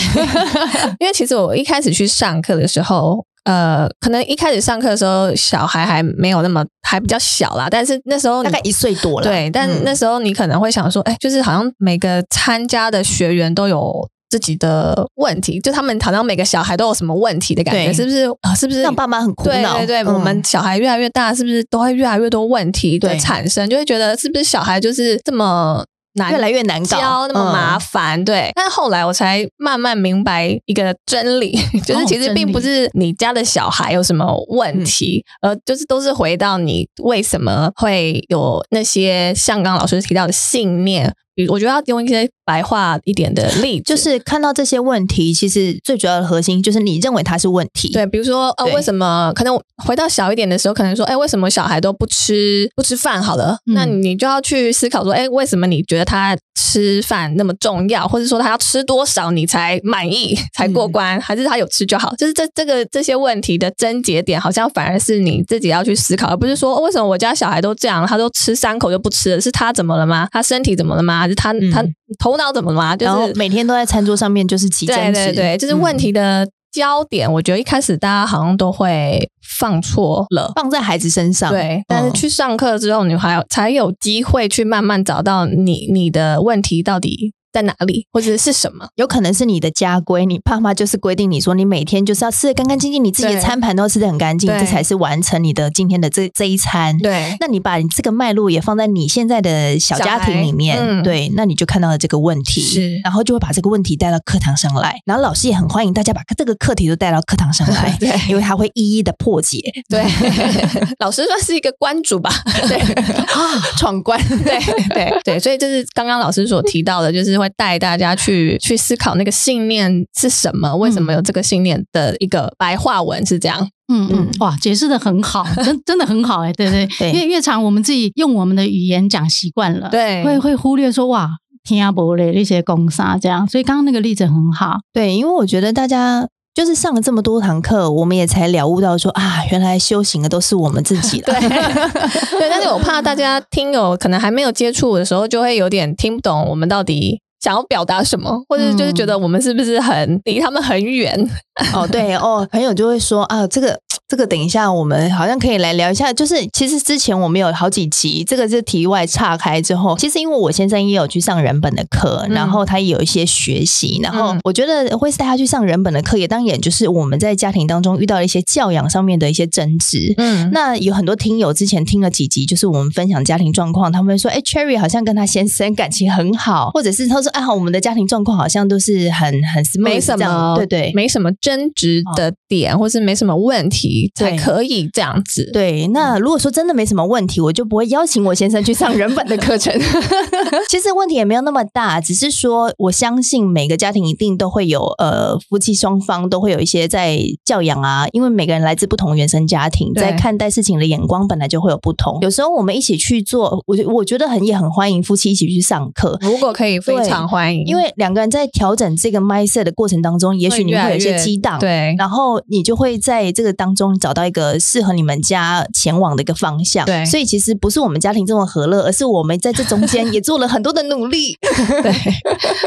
S2: 因为其实我一开始去上课的时候。呃，可能一开始上课的时候，小孩还没有那么，还比较小啦。但是那时哦候你
S1: 大概一岁多了，
S2: 对，但
S1: 嗯
S2: 那时候你可能会想说，哎、就是好像每个参加的学员都有自己的问题，就他们好像每个小孩都有什么问题的感觉，
S1: 对
S2: 是不是？啊，是不是
S1: 让爸妈很苦
S2: 对
S1: 恼。
S2: 对对，
S1: 嗯
S2: 我们小孩越来越大，是不是都会越来越多问题的
S1: 对
S2: 产生？就会觉得是不是小孩就是这么难
S1: 越嗯来越难
S2: 教
S1: 搞，
S2: 那么麻
S1: 烦。
S2: 烦，对。但是后来我才慢慢明白一个真理， [laughs] 就是
S3: 哦
S2: 其实
S3: 真
S2: 并不
S3: 理
S2: 是你家的小孩有什么问题，
S1: 嗯
S2: 呃，就是都是回到你为什么会有那些像刚刚老师提到的信念。比如，我觉得要用一些白话一点的例子，
S1: 就是看到这些问题，其实最主要的核心就是你认为它是问题。
S2: 对，比如说呃，
S1: 对
S2: 为什么可能我回到小一点的时候，可能说，哎，为什么小孩都不吃不吃饭？好了，
S3: 嗯
S2: 那你就要去思考说，哎，为什么你觉得他吃饭那么重要，或者说他要吃多少你才满意才过
S1: 嗯
S2: 关，还是他有吃就好？就是这这个这些问题的症结点，好像反而是你自己要去思考，而不是说、哦为什么我家小孩都这样，他都吃三口就不吃了，是他怎么了吗？他身体怎么了吗？还是他、他
S1: 嗯
S2: 头脑怎么了吗？就
S1: 然后
S2: 是
S1: 每天都在餐桌上面就是起
S2: 对
S1: 争
S2: 对
S1: 执，嗯
S2: 对，就是问题的焦点，我觉得一开始大家好像都会放错了。
S1: 放在孩子身上。嗯
S2: 对，嗯但是去上课之后，你还有才有机会去慢慢找到你你的问题到底在哪里，或者是什么。
S1: 有可能是你的家规，你爸妈就是规定你说你每天就是要吃的干干净净，你自己的
S2: 对
S1: 餐盘都要吃的很干净，
S2: 对
S1: 这才是完成你的今天的这这一餐。
S2: 对，
S1: 那你把你这个脉络也放在你现在的小家庭里面，
S2: 小孩嗯
S1: 对，那你就看到了这个问题，
S2: 是，
S1: 然后就会把这个问题带到课堂上来，然后老师也很欢迎大家把这个课题都带到课堂上来 [laughs]
S2: 对
S1: 因为他会一一的破解，
S2: [laughs] 对，老师算是一个关主吧，
S1: [laughs]
S2: 对，
S1: 啊闯 [laughs] 关，
S2: 对对对，所以这是刚刚老师所提到的，就是会带大家去去思考那个信念是什么，为什么有这个信念的一个白话文是这样。
S3: 嗯嗯
S1: 嗯，
S3: 哇，解释的
S2: [laughs]
S3: 很好，真真的很好哎、对对，
S1: 对
S3: 因为越长我们自己用我们的语言讲习惯了，，
S2: 对
S3: 会会忽略说哇。听阿伯嘞那些公杀这样，所以刚刚那个例子很好，
S1: 对，因为我觉得大家。就是上了这么多堂课，我们也才了悟到说啊，原来修行的都是我们自
S2: [laughs]
S1: 己的。
S2: 对，但是我怕大家听友可能还没有接触的时候，就会有点听不懂我们到底。想要表达什么，或者是就是觉
S1: 嗯
S2: 得我们是不是很离他们很远？
S1: 哦，对哦，朋友就会说啊，这个这个，等一下我们好像可以来聊一下。就是其实之前我们有好几集，这个是题外岔开之后，其实因为我先生也有去上人本的课，
S2: 嗯
S1: 然后他也有一些学习，然后
S2: 嗯
S1: 我觉得会带他去上人本的课，也当然就是我们在家庭当中遇到了一些教养上面的一些争执。
S2: 嗯
S1: 那有很多听友之前听了几集，就是我们分享家庭状况，他们会说，哎、c h e r r y 好像跟她先生感情很好，或者是他说，哎、我们的家庭状况好像都是很很 smooth
S2: 没什
S1: 这样
S2: 么，
S1: 对对，
S2: 没什么争执的点，或是没什么问题，才
S1: 对
S2: 可以这样子。
S1: 对，那如果说真的没什么问题，我就不会邀请我先生去上人本的
S2: [laughs]
S1: 课程。其实问题也没有那么大，只是说我相信每个家庭一定都会有呃夫妻双方都会有一些在教养啊，因为每个人来自不同原生家庭，
S2: 对
S1: 在看待事情的眼光本来就会有不同。有时候我们一起去做，我觉我觉得很也很欢迎夫妻一起去上课。
S2: 如果可以，非
S1: 对
S2: 常欢迎，
S1: 因为两个人在调整这个 mindset 的过程当中，也许你们会有一
S2: 越
S1: 些
S2: 来越
S1: 激荡，
S2: 对
S1: 然后你就会在这个当中找到一个适合你们家前往的一个方向。
S2: 对
S1: 所以其实不是我们家庭这么和乐，而是我们在这中
S2: [laughs]
S1: 间也做了很多的努力。
S2: 对， [laughs]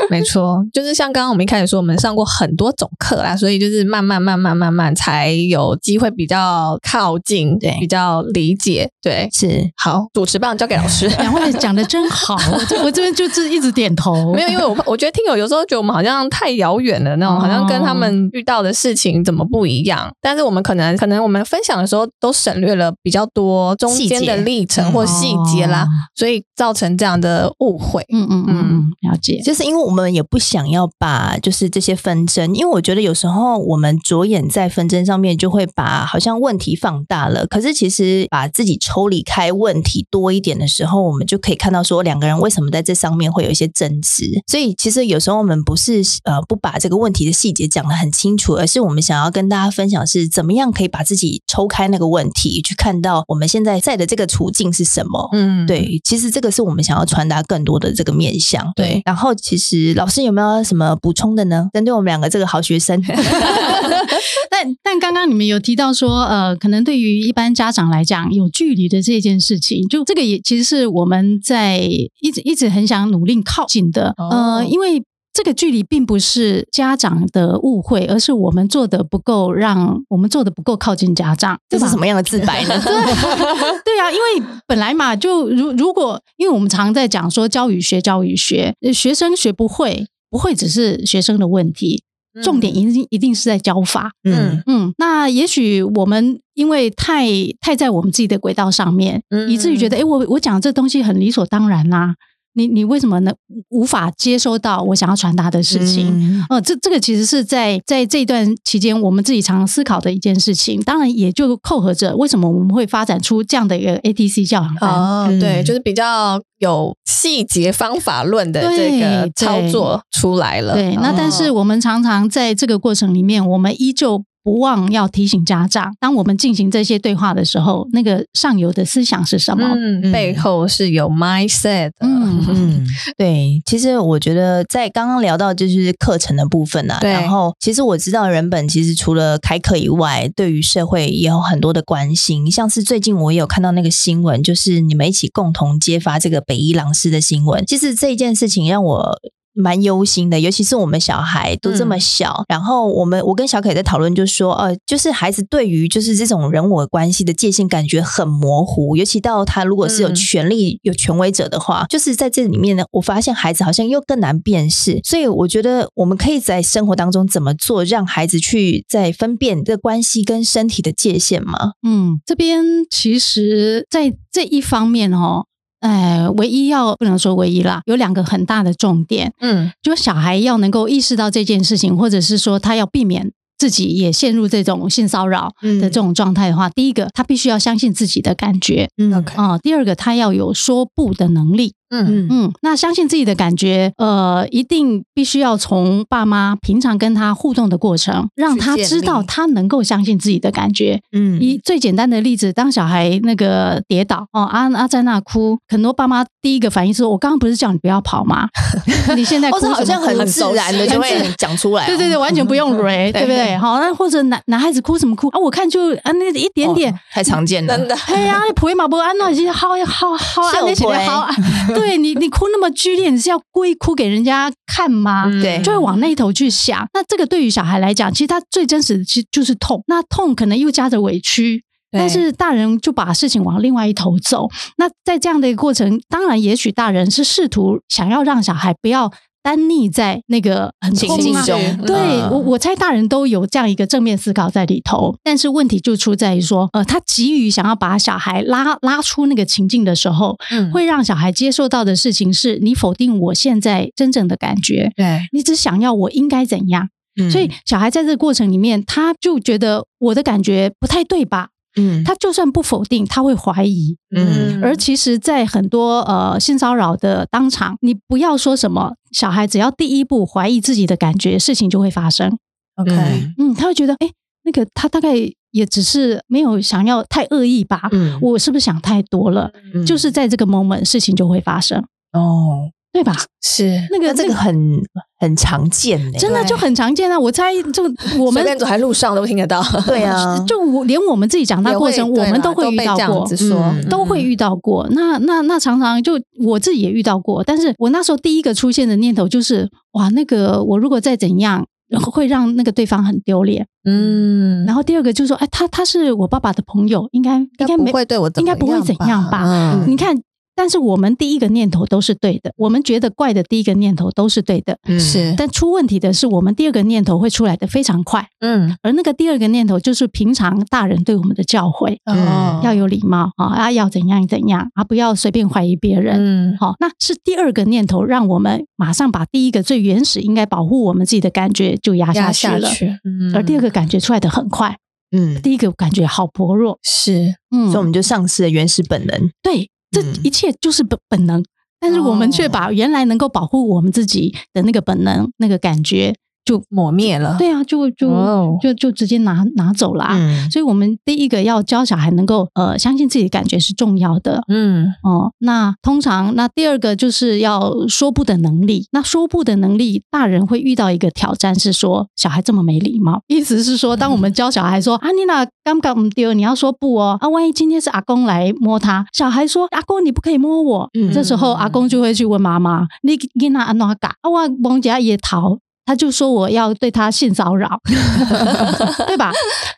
S2: 没错，就是像刚刚我们一开始说，我们上过很多种课啦，所以就是慢慢慢慢慢慢才有机会比较靠近，
S1: 对
S2: 比较理解，对。
S1: 是，
S2: 好，主持棒交给
S1: [laughs]
S2: 老师。
S3: 两位讲的真好，我这我这边就是一直点
S2: [laughs]
S3: 头，
S2: 没有，因为我怕我觉得听友有时候觉得我们好像太遥远了，那种
S3: 哦
S2: 好像跟他们遇到的事情怎么不一样。但是我们可能可能我们分享的时候都省略了比较多中间
S1: 细节嗯哦
S2: 的历程或细节啦，所以造成这样的误会。
S3: 哦嗯嗯嗯嗯，了解，
S1: 就是因为我们也不想要把就是这些纷争，因为我觉得有时候我们着眼在纷争上面，就会把好像问题放大了。可是其实把自己抽离开问题多一点的时候，我们就可以看到说两个人为什么在这上面会有一些争执。所以其实有时候我们不是呃不把这个问题的细节讲得很清楚，而是我们想要跟大家分享是怎么样可以把自己抽开那个问题，去看到我们现在在的这个处境是什么。
S2: 嗯，
S1: 对，其实这个是我们想要传达更多的这个面向。
S2: 对
S1: 然后其实老师有没有什么补充的呢？针对我们两个这个好学生，
S3: 但但刚刚你们有提到说，呃，可能对于一般家长来讲，有距离的这件事情，就这个也其实是我们在一直一直很想努力靠近的，
S2: 哦
S3: 呃，因为。这个距离并不是家长的误会，而是我们做的不够让，我们做的不够靠近家长，
S1: 这
S3: 对吧
S1: 是什？么样的自白呢？
S3: 对啊，因为本来嘛，就如如果，因为我们常在讲说教与学，教与学，呃学生学不会，不会只是学生的问题，
S2: 嗯
S3: 重点一定一定是在教法。
S1: 嗯，
S3: 嗯，那也许我们因为太太在我们自己的轨道上面，
S2: 嗯
S3: 以至于觉得，哎、我我讲这东西很理所当然啦、你你为什么能无法接收到我想要传达的事情？
S1: 嗯
S3: 呃，这这个其实是在在这一段期间，我们自己常思考的一件事情。当然，也就扣合着为什么我们会发展出这样的一个 ATC 教养班。
S2: 哦，
S1: 嗯
S2: 对，就是比较有细节方法论的
S3: 对
S2: 这个
S3: 对
S2: 操作出来了。
S3: 对，那
S2: 哦
S3: 但是我们常常在这个过程里面，我们依旧不忘要提醒家长，当我们进行这些对话的时候，那个上游的思想是什么？
S2: 嗯，
S1: 嗯
S2: 背后是有 mindset 的。
S3: 嗯
S1: 嗯， [laughs] 对，其实我觉得在刚刚聊到就是课程的部分啊，
S2: 对
S1: 然后其实我知道人本其实除了开课以外，对于社会也有很多的关心，像是最近我也有看到那个新闻，就是你们一起共同揭发这个北伊朗师的新闻。其实这件事情让我。蛮忧心的，尤其是我们小孩都这么小，然后我们我跟小凯在讨论，就说呃，就是孩子对于就是这种人我关系的界限感觉很模糊，尤其到他如果是有
S2: 嗯
S1: 权力、有权威者的话，就是在这里面呢，我发现孩子好像又更难辨识，所以我觉得我们可以在生活当中怎么做，让孩子去在分辨这关系跟身体的界限吗？
S3: 嗯，这边其实在这一方面哦，呃，唯一要不能说唯一啦，有两个很大的重点，
S1: 嗯
S3: 就小孩要能够意识到这件事情，或者是说他要避免。自己也陷入这种性骚扰
S1: 嗯
S3: 的这种状态的话，第一个他必须要相信自己的感觉
S1: 嗯
S3: 啊、第二个他要有说不的能力。
S1: 嗯
S3: 嗯，那相信自己的感觉，呃，一定必须要从爸妈平常跟他互动的过程，让他知道他能够相信自己的感觉。
S1: 嗯
S3: 以最简单的例子，当小孩那个跌倒哦，啊啊在那哭，很多爸妈第一个反应是我刚刚不是叫你不要跑吗？ [laughs] 你现在
S1: 或
S3: 哭
S1: 者
S3: 什么
S1: 哦好像
S3: 哭
S1: 很自然的就会讲出 [laughs] 来哦、
S3: 对对对，完全不用
S1: [laughs]
S3: 蕊，对不对？好，那或者男男孩子哭什么哭啊？我看就啊那一点点
S1: [laughs] 哦，太常见了，
S2: 真
S3: [laughs]
S2: 的，
S3: 哎呀，婆嘛不安那已经好好好安那些好
S1: 哎
S3: 啊， [laughs] 对你你哭那么剧烈，你是要故意哭给人家看吗？
S1: 嗯对
S3: 就会往那一头去想。那这个对于小孩来讲，其实他最真实的其实就是痛，那痛可能又夹着委屈。但是大人就把事情往另外一头走。那在这样的一个过程，当然，也许大人是试图想要让小孩不要单溺在那个很
S1: 情
S3: 痛
S1: 境
S3: 啊，
S1: 中，
S3: 对
S1: 嗯
S3: 我，我猜大人都有这样一个正面思考在里头，但是问题就出在于说，呃，他急于想要把小孩拉拉出那个情境的时候，
S1: 嗯
S3: 会让小孩接受到的事情是你否定我现在真正的感觉，
S1: 对，
S3: 你只想要我应该怎样，
S2: 嗯
S1: 嗯
S3: 所以小孩在这个过程里面，他就觉得我的感觉不太对吧？
S1: 嗯
S3: 他就算不否定，他会怀疑，
S1: 嗯
S3: 而其实，在很多呃性骚扰的当场，你不要说什么，小孩只要第一步怀疑自己的感觉，事情就会发生。
S1: 嗯
S3: 嗯，他会觉得，哎、那个他大概也只是没有想要太恶意吧，
S1: 嗯
S3: 我是不是想太多了？
S1: 嗯
S3: 就是在这个 moment 事情就会发生，
S1: 哦，
S3: 对吧？
S2: 是
S3: 那
S1: 那
S3: 个
S1: 这
S3: 那
S1: 个
S3: 个
S1: 很很常见呢、
S3: 真的就很常见啊！我猜就我
S2: 随
S3: 们
S2: 便走在路上都听得
S3: [laughs]
S2: 到，
S1: 对啊，
S3: 就我连我们自己长大
S2: 也
S3: 过
S2: 会
S3: 程，
S2: 对
S3: 我们
S2: 啦
S3: 都会遇
S2: 被
S3: 到
S2: 这样
S3: 过
S2: 子。说
S1: 嗯
S3: 都会遇到过，那那那常常就我自己也遇到过，但是我那时候第一个出现的念头就是，哇，那个我如果再怎样，会让那个对方很丢脸。
S2: 嗯，
S3: 然后第二个就是说，哎，他他是我爸爸的朋友，应该应该
S2: 不
S3: 没
S2: 会对我怎
S3: 应
S2: 么
S3: 该不会怎样吧？
S2: 嗯
S3: 你看，但是我们第一个念头都是对的，我们觉得怪的第一个念头都是对的，
S1: 嗯
S2: 是
S3: 但出问题的是我们第二个念头会出来的非常快，
S2: 嗯
S3: 而那个第二个念头就是平常大人对我们的教诲，
S2: 哦
S1: 嗯
S3: 要有礼貌啊啊，要怎样怎样啊，不要随便怀疑别人。
S2: 嗯
S3: 好、那是第二个念头，让我们马上把第一个最原始应该保护我们自己的感觉就压
S2: 压
S3: 下去
S2: 下
S3: 了，
S2: 去，嗯
S3: 而第二个感觉出来的很快，
S1: 嗯，
S3: 第一个感觉好薄弱，
S2: 是
S3: 嗯
S1: 所以我们就丧失了原始本能。
S3: 对，这
S1: 嗯
S3: 一切就是本本能，但是我们却把原来能够保护我们自己的那个本能、那个感觉，
S2: 抹灭了，
S3: 对啊，就就、
S2: 哦
S3: 就就直接拿拿走了、啊。
S1: 嗯
S3: 所以，我们第一个要教小孩能够呃相信自己的感觉是重要的
S2: 嗯
S3: 哦、那通常，那第二个就是要说不的能力。那说不的能力，大人会遇到一个挑战是说小孩这么没礼貌，意思是说，当我们教小孩说、啊，你那刚刚不丢，你要说不哦啊，万一今天是阿公来摸他，小孩说阿公你不可以摸我，
S1: 嗯
S3: 这时候阿公就会去问妈妈，你你那安哪嘎啊，我蒙家也逃。他就说我要对他性骚扰，对吧？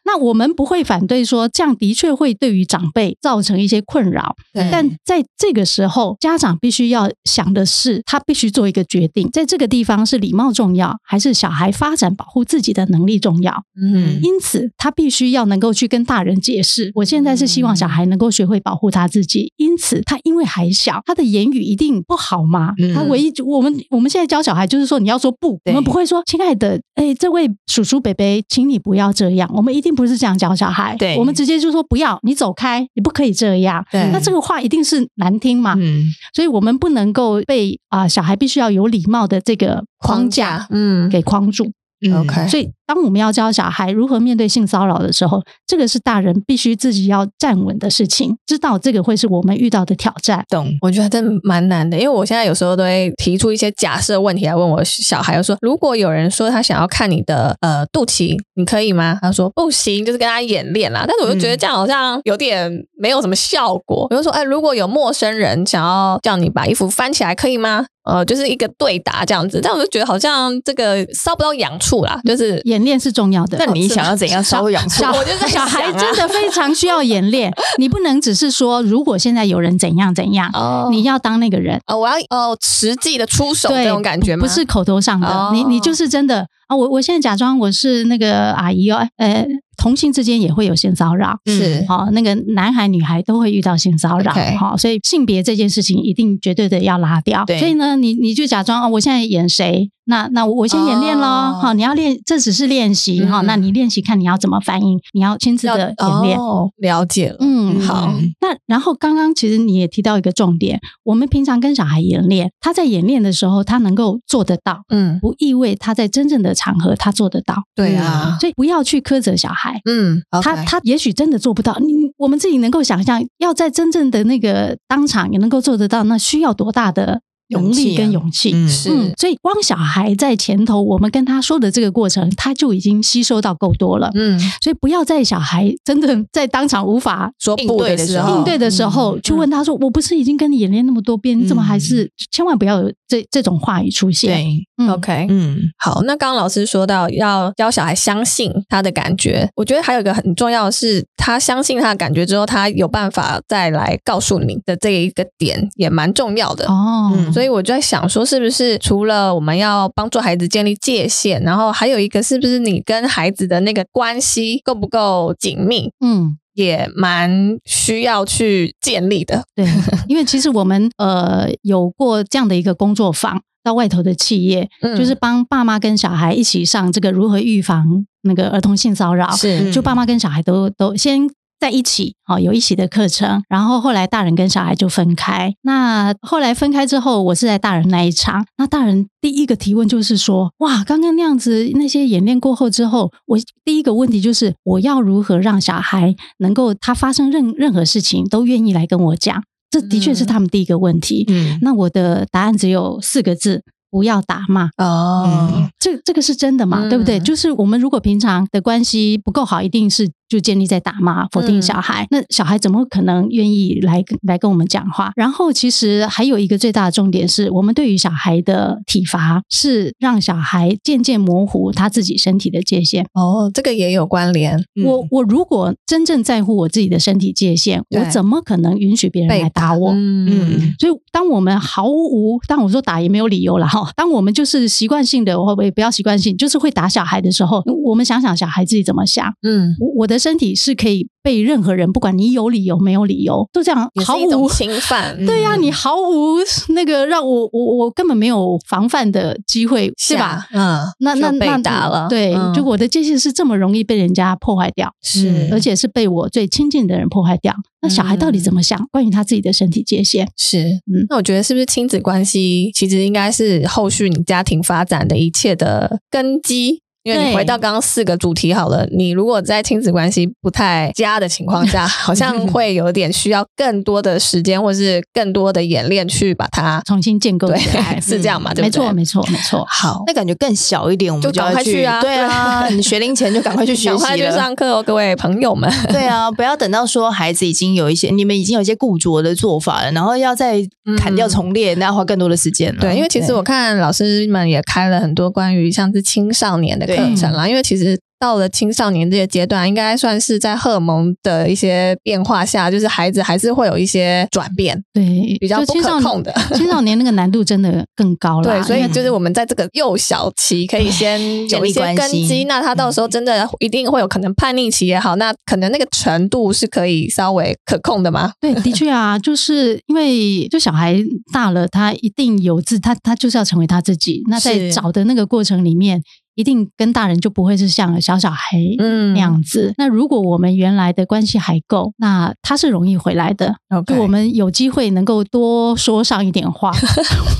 S3: 那我们不会反对说，这样的确会对于长辈造成一些困扰。
S1: 嗯
S2: 对
S3: 但在这个时候，家长必须要想的是，他必须做一个决定，在这个地方是礼貌重要，还是小孩发展保护自己的能力重要？
S2: 嗯
S3: 因此，他必须要能够去跟大人解释，我现在是希望小孩能够学会保护他自
S1: 嗯
S3: 己。因此，他因为还小，他的言语一定不好嘛。
S1: 嗯
S3: 他唯一我们我们现在教小孩就是说，你要说不，我
S1: 对
S3: 们不会说亲爱的，哎，这位叔叔伯伯，请你不要这样。我们一定不是这样教小孩，
S1: 对
S3: 我们直接就说不要，你走开，你不可以这样。
S2: 对
S3: 那这个话一定是难听嘛，
S1: 嗯
S3: 所以我们不能够被啊、小孩必须要有礼貌的这个框架
S2: 嗯
S3: 给框住。
S1: 嗯
S2: OK
S3: 所以，当我们要教小孩如何面对性骚扰的时候，这个是大人必须自己要站稳的事情，知道这个会是我们遇到的挑战。
S1: 懂。
S2: 我觉得真蛮难的，因为我现在有时候都会提出一些假设问题来问我小孩，我说如果有人说他想要看你的呃肚脐，你可以吗？他说不行，就是跟他演练啦。但是我就觉得
S1: 嗯
S2: 这样好像有点没有什么效果。我就说，哎，如果有陌生人想要叫你把衣服翻起来，可以吗？呃，就是一个对答这样子。但我就觉得好像这个烧不到痒处啦，就是哦
S3: 演练是重要的。
S1: 那你想要怎样稍微养出
S3: 小
S2: 我就在
S3: [laughs] 小孩
S2: 想啊
S3: 真的非常需要演练，你不能只是说如果现在有人怎样怎样，
S2: 哦
S3: 你要当那个人，
S2: 呃，我要呃实际的出手
S3: 对
S2: 这种感觉吗？
S3: 不是口头上的，
S2: 哦
S3: 你你就是真的啊！我我现在假装我是那个阿姨哦，呃，同性之间也会有性骚扰。
S2: 嗯是
S3: 好、那个男孩女孩都会遇到性骚扰，
S2: OK
S3: 好、所以性别这件事情一定绝对的要拉掉。
S1: 对
S3: 所以呢，你你就假装哦，我现在演谁，那那我我先演练喽，
S2: 哦
S3: 好、你要练，这只是练习哈、
S2: 嗯
S3: 那你练习看你要怎么反应，你要亲自
S2: 要
S3: 的演练。
S2: 哦，了解了。
S3: 嗯，
S2: 好
S1: 嗯
S3: 那然后刚刚其实你也提到一个重点，我们平常跟小孩演练，他在演练的时候，他能够做得到，
S2: 嗯，
S3: 不意味他在真正的场合他做得到。
S2: 对啊，
S3: 所以不要去苛责小孩。
S2: 嗯，
S3: 他他也许真的做不到，你我们自己能够想象，要在真正的那个当场也能够做得到，那需要多大的能
S1: 勇气
S3: 力
S1: 啊
S3: 跟勇气？
S1: 嗯
S2: 是
S3: 嗯，所以光小孩在前头，我们跟他说的这个过程，他就已经吸收到够多了。
S2: 嗯
S3: 所以不要在小孩真的在当场无法
S2: 说
S1: 应
S2: 不
S1: 对
S2: 的
S1: 的
S2: 时
S1: 时
S2: 候，
S1: 候
S3: 应对的时候，
S1: 嗯
S3: 去问他说：“我不是已经跟你演练那么多遍，你怎么还是千万不要有这这种话语出现
S1: 对，？”
S2: OK，
S1: 嗯，
S2: 好，那刚刚老师说到要教小孩相信他的感觉，我觉得还有一个很重要的是，他相信他的感觉之后，他有办法再来告诉你的这一个点也蛮重要的。
S3: 哦，
S1: 嗯
S2: 所以我就在想说，是不是除了我们要帮助孩子建立界限，然后还有一个是不是你跟孩子的那个关系够不够紧密，
S3: 嗯，
S2: 也蛮需要去建立的。
S3: 对，因为其实我们呃有过这样的一个工作坊，到外头的企业，
S2: 嗯
S3: 就是帮爸妈跟小孩一起上这个如何预防那个儿童性骚扰，
S2: 是
S3: 就爸妈跟小孩都都先。在一起哦，有一起的课程，然后后来大人跟小孩就分开。那后来分开之后，我是在大人那一场。那大人第一个提问就是说：“哇，刚刚那样子那些演练过后之后，我第一个问题就是我要如何让小孩能够他发生任任何事情都愿意来跟我讲？”这的确是他们第一个问题。
S1: 嗯
S3: 那我的答案只有四个字：不要打骂。
S1: 嗯
S2: 哦，
S3: 这这个是真的嘛？
S2: 嗯
S3: 对不对？就是我们如果平常的关系不够好，一定是就建立在打骂、
S2: 嗯
S3: 否定小孩，那小孩怎么可能愿意来跟来跟我们讲话？然后其实还有一个最大的重点是，我们对于小孩的体罚是让小孩渐渐模糊他自己身体的界限。
S2: 哦，这个也有关联。
S1: 嗯
S3: 我我如果真正在乎我自己的身体界限，
S2: 对
S3: 我怎么可能允许别人
S2: 被
S3: 来打我？
S2: 嗯
S3: 所以，当我们毫无，当我说打也没有理由了哈。当我们就是习惯性的，我也不要习惯性，就是会打小孩的时候，我们想想小孩自己怎么想。
S2: 嗯，
S3: 我我的身体是可以被任何人，不管你有理由没有理由，就这样
S2: 也
S3: 毫
S2: 是一种
S3: 无。
S2: 侵犯。
S3: [laughs] 对呀、
S1: 嗯
S3: 你毫无那个让我我我根本没有防范的机会，是吧？
S2: 下？嗯，
S3: 那那
S2: 就
S3: 那
S2: 被打了，
S3: 对，
S2: 嗯
S3: 就我的界限是这么容易被人家破坏掉，
S2: 是
S3: 嗯而且是被我最亲近的人破坏掉。那小孩到
S2: 嗯
S3: 底怎么想？关于他自己的身体界限，
S2: 是，
S3: 嗯
S2: 那我觉得是不是亲子关系其实应该是后续你家庭发展的一切的根基？因为
S3: 对
S2: 你回到刚刚四个主题好了，你如果在亲子关系不太佳的情况下，好像
S1: [laughs]
S2: 会有点需要更多的时间，或是更多的演练去把它
S3: 重新建构
S2: 对
S3: 起 [laughs] 来，，
S2: 是这样
S1: 嗯
S2: 嘛？对
S3: 没
S2: 不对？
S3: 错，没错，没错。
S2: 好，
S1: 那感觉更小一点，我们
S2: 就赶
S1: 要
S2: 快去
S1: 去
S2: 啊
S1: 对 [laughs] 啊，你学龄前就赶快去学
S2: [laughs] 赶
S1: 习
S2: 快去
S1: 了。 [laughs]
S2: 上课哦，各位朋友们。
S1: 对啊，不要等到说孩子已经有一些，你们已经有一些固着的做法了，然后要再砍掉重练，那要花更多的时间了。
S2: 对，因为其实我看老师们也开了很多关于像是青少年的课程啦，因为其实。到了青少年这个阶段，应该算是在荷尔蒙的一些变化下，就是孩子还是会有一些转变，
S3: 对，
S2: 比较
S3: 就
S2: 不
S3: 青
S2: 可
S3: 少年
S2: 控 [laughs] 的。
S3: 青少年那个难度真的更高了，
S2: 对，所以
S3: 因为
S2: 就是我们在这个幼小期可以先有一些
S1: 建立
S2: 根
S1: 关
S2: 基，
S1: 系
S2: 那他到时候真的一定会有可能叛逆期也好，那可能那个程度是可以稍微可控的嘛。
S3: 对，的
S2: [laughs]
S3: 确啊，就是因为就小孩大了，他一定有自他他就是要成为他自己。那在
S2: 是
S3: 找的那个过程里面，一定跟大人就不会是像小小孩
S2: 嗯
S3: 那样子。那如果我们原来的关系还够，那他是容易回来的。
S2: OK，
S3: 就我们有机会能够多说上一
S2: [laughs]
S3: 点话，
S2: [laughs]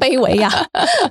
S2: 卑微呀、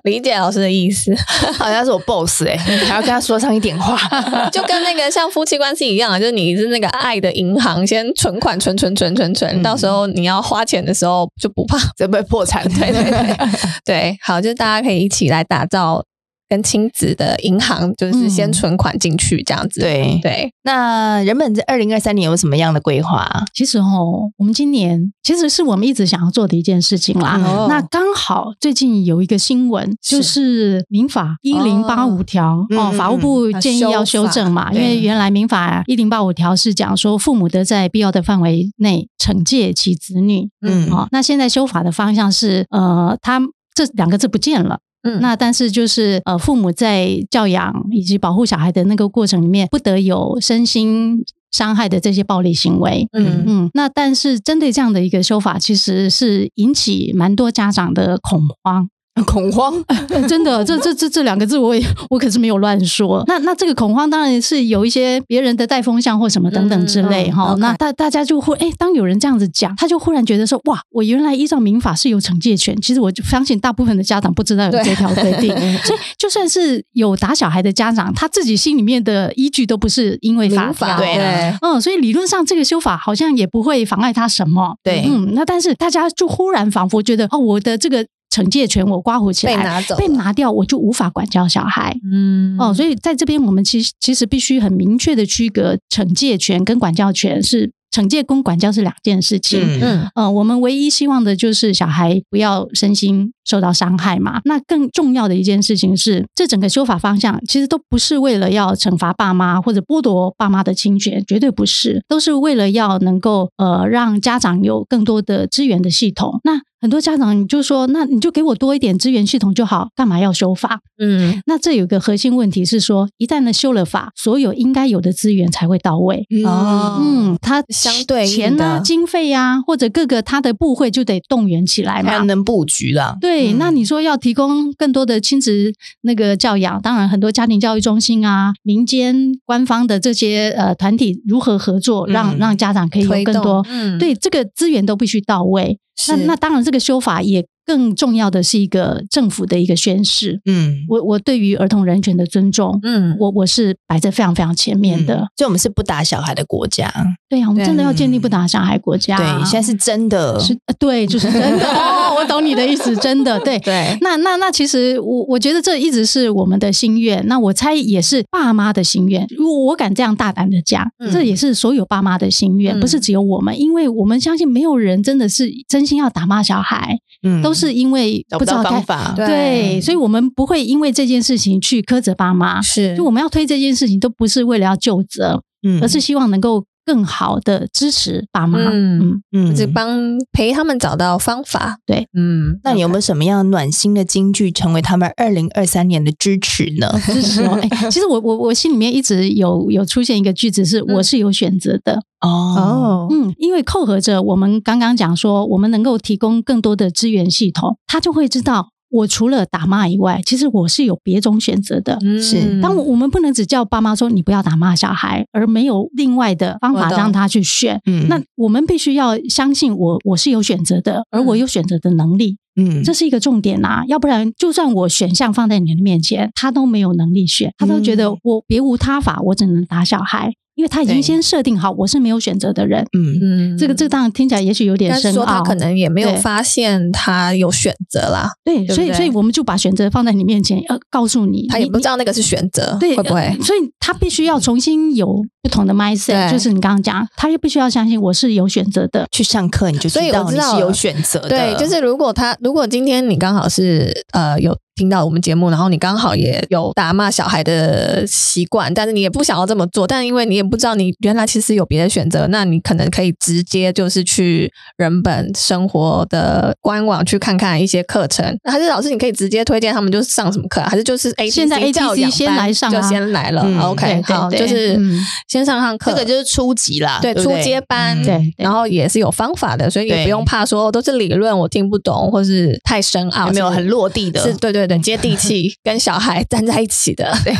S2: 理解老师的意思。
S1: 好像是我 boss [laughs] 哎、还要跟他说上一点话。 [laughs]
S2: 就跟那个像夫妻关系一样啊，就是你是那个爱的银行，先存款存存存存存，
S1: 嗯
S2: 到时候你要花钱的时候就不怕。 [laughs]
S1: 这被破产，对
S2: 对对对，好，就是大家可以一起来打造。跟亲子的银行，就是先
S3: 嗯
S2: 存款进去这样子。
S1: 对
S2: 对，
S1: [laughs] 那人本在二零二三年有什么样的规划？啊
S3: 其实哦，我们今年其实是我们一直想要做的一件事情啦。
S2: 哦
S3: 啊那刚好最近有一个新闻，
S2: 是
S3: 就是民法一零八五条
S1: 嗯
S3: 哦，
S1: 嗯
S3: 法务部建议要修正嘛，
S2: 嗯
S3: 因为
S2: 对
S3: 原来民法一零八五条是讲说父母得在必要的范围内惩戒其子女。
S1: 嗯
S3: 哦，那现在修法的方向是，呃，他这两个字不见了。
S2: 嗯
S3: 那但是就是呃，父母在教养以及保护小孩的那个过程里面，不得有身心伤害的这些暴力行为。
S2: 嗯
S3: 嗯，那但是针对这样的一个修法，其实是引起蛮多家长的恐
S2: [laughs]
S3: 慌。
S1: 恐慌，
S3: 呃真的，这这这这两个字，我也我可是没有乱说。那那这个恐慌当然是有一些别人的带风向或什么等等之类
S2: 嗯
S3: 哈、
S2: OK
S3: 那大大家就会哎，当有人这样子讲，他就忽然觉得说，哇，我原来依照民法是有惩戒权。其实我就相信大部分的家长不知道有
S2: 对
S3: 这条规
S2: [laughs]
S3: 定，所以就算是有打小孩的家长，他自己心里面的依据都不是因为法
S2: 民法
S3: 条
S1: 对啊
S3: 嗯，所以理论上这个修法好像也不会妨碍他什么。
S1: 对
S3: 嗯，那但是大家就忽然仿佛觉得，哦，我的这个惩戒权我刮胡起来
S2: 被拿走了
S3: 被拿掉，我就无法管教小孩。
S2: 嗯
S3: 哦，所以在这边我们其实其实必须很明确的区隔惩戒权跟管教权是。惩戒跟管教是两件事情，
S1: 嗯
S2: 嗯
S3: 呃，我们唯一希望的就是小孩不要身心受到伤害嘛。那更重要的一件事情是，这整个修法方向其实都不是为了要惩罚爸妈或者剥夺爸妈的侵权，绝对不是，都是为了要能够呃让家长有更多的资源的系统。那很多家长就说，那你就给我多一点资源系统就好，干嘛要修法？
S2: 嗯
S3: 那这有一个核心问题是说，一旦呢修了法，所有应该有的资源才会到位。
S2: 哦
S3: 嗯，它
S2: 相对应
S3: 钱啊、
S2: 的
S3: 经费呀、或者各个它的部会就得动员起
S1: 还
S3: 来嘛。
S1: 能布局啦。
S3: 对，
S1: 嗯
S3: 那你说要提供更多的亲子那个教养，当然很多家庭教育中心啊、民间官方的这些呃团体如何合作，让、
S1: 嗯
S3: 让家长可以有
S2: 推
S3: 更
S2: 动
S3: 多、
S2: 嗯
S3: 对这个资源都必须到位。那
S2: 是
S3: 那当然，这个修法也更重要的是一个政府的一个宣示。
S1: 嗯，
S3: 我我对于儿童人权的尊重，
S2: 嗯
S3: 我我是摆在非常非常前面的。
S1: 嗯所以我们是不打小孩的国家。
S3: 对啊呀、我们
S2: 对
S3: 真的要建立不打小孩国家。啊
S1: 对，现在是真的，
S3: 是，呃对，就是真
S1: [laughs]
S3: 的。哦，我懂你的意思，真的对。
S2: 对
S3: 那那那，其实我我觉得这一直是我们的心愿，那我猜也是爸妈的心愿。如果我敢这样大胆的讲，
S2: 嗯
S3: 这也是所有爸妈的心愿，
S2: 嗯
S3: 不是只有我们，因为我们相信没有人真的是真心要打骂小孩，
S1: 嗯
S3: 都是因为
S1: 找
S3: 不
S1: 不
S3: 知
S1: 到
S3: 道该
S1: 方。法。
S2: 对
S3: 对，所以我们不会因为这件事情去苛责爸妈，
S2: 是
S3: 就我们要推这件事情，都不是为了要就责，
S1: 嗯
S3: 而是希望能够更好的支持爸妈。
S2: 嗯
S3: 嗯，
S2: [laughs]
S1: 嗯
S2: 只帮陪他们找到方法。
S3: 对，
S2: 嗯，
S1: 那你有没有什么样暖心的金句，成为他们二零二三年的支持呢？
S2: [laughs]
S3: 支持哦。哎、其实我我我心里面一直有有出现一个句子是，
S2: 嗯
S3: 我是有选择的。
S1: 哦，
S2: 哦，
S3: 嗯，因为扣合着我们刚刚讲说，我们能够提供更多的资源系统，他就会知道。我除了打骂以外，其实我是有别种选择的。
S2: 嗯
S1: 是
S3: 当我我们不能只叫爸妈说你不要打骂小孩，而没有另外的方
S2: 我
S3: 法
S2: 懂
S3: 让他去选。
S1: 嗯
S3: 那我们必须要相信我，我是有选择的，
S2: 嗯
S3: 而我有选择的能力，
S1: 嗯
S3: 这是一个重点呐、要不然，就算我选项放在你的面前，他都没有能力选，他都觉得
S1: 嗯
S3: 我别无他法，我只能打小孩，因为他已
S1: 对
S3: 经先设定好我是没有选择的人。
S1: 嗯
S2: 嗯
S3: 这个这个当然听起来也许有点
S2: 但是
S3: 深
S2: 说他
S3: 奥，啊
S2: 可能也没有
S3: 对
S2: 发现他有选择啦，
S3: 对，
S2: 不
S3: 所以
S2: 对
S3: 所以我们就把选择放在你面前，呃，告诉你，
S2: 他
S3: 你
S2: 也不知道那个是选择，
S3: 对，
S2: 会不会 [laughs]
S3: 呃？所以他必须要重新有不同的 mindset，
S2: 对
S3: 就是你刚刚讲，他也必须要相信我是有选择的，
S1: 去上课你就知
S2: 所以我
S1: 道
S2: 知
S1: 你
S2: 道
S1: 是有
S2: 了
S1: 选择的，
S2: 对，就是如果他如果今天你刚好是呃有听到我们节目，然后你刚好也有打骂小孩的习惯，但是你也不想要这么做，但因为你也不知道你原来其实有别的选择，那你可能可以直接就是去人本生活的官网去看看一些课程， [laughs] 还是老师你可以直接推荐他们就是上什么课啊，还是就是 A
S3: 现在 ATC
S2: 教养班
S3: 先来上啊
S2: 就先来了、
S1: 嗯
S2: o k
S3: 对对
S2: 好，
S3: 对
S2: 就是
S3: 嗯
S2: 先上上课，
S1: 这个就是初级啦，
S2: 嗯对
S1: 不
S2: 初阶班
S1: 嗯
S3: 对，
S2: 然后也是有方法的，所以也
S1: 对
S2: 不用怕说哦都是理论，我听不懂，或是太深奥，
S1: 有没有
S2: 是
S1: 很落地的？
S2: 是对对对，接地气，跟小孩站在一起的。
S1: 嗯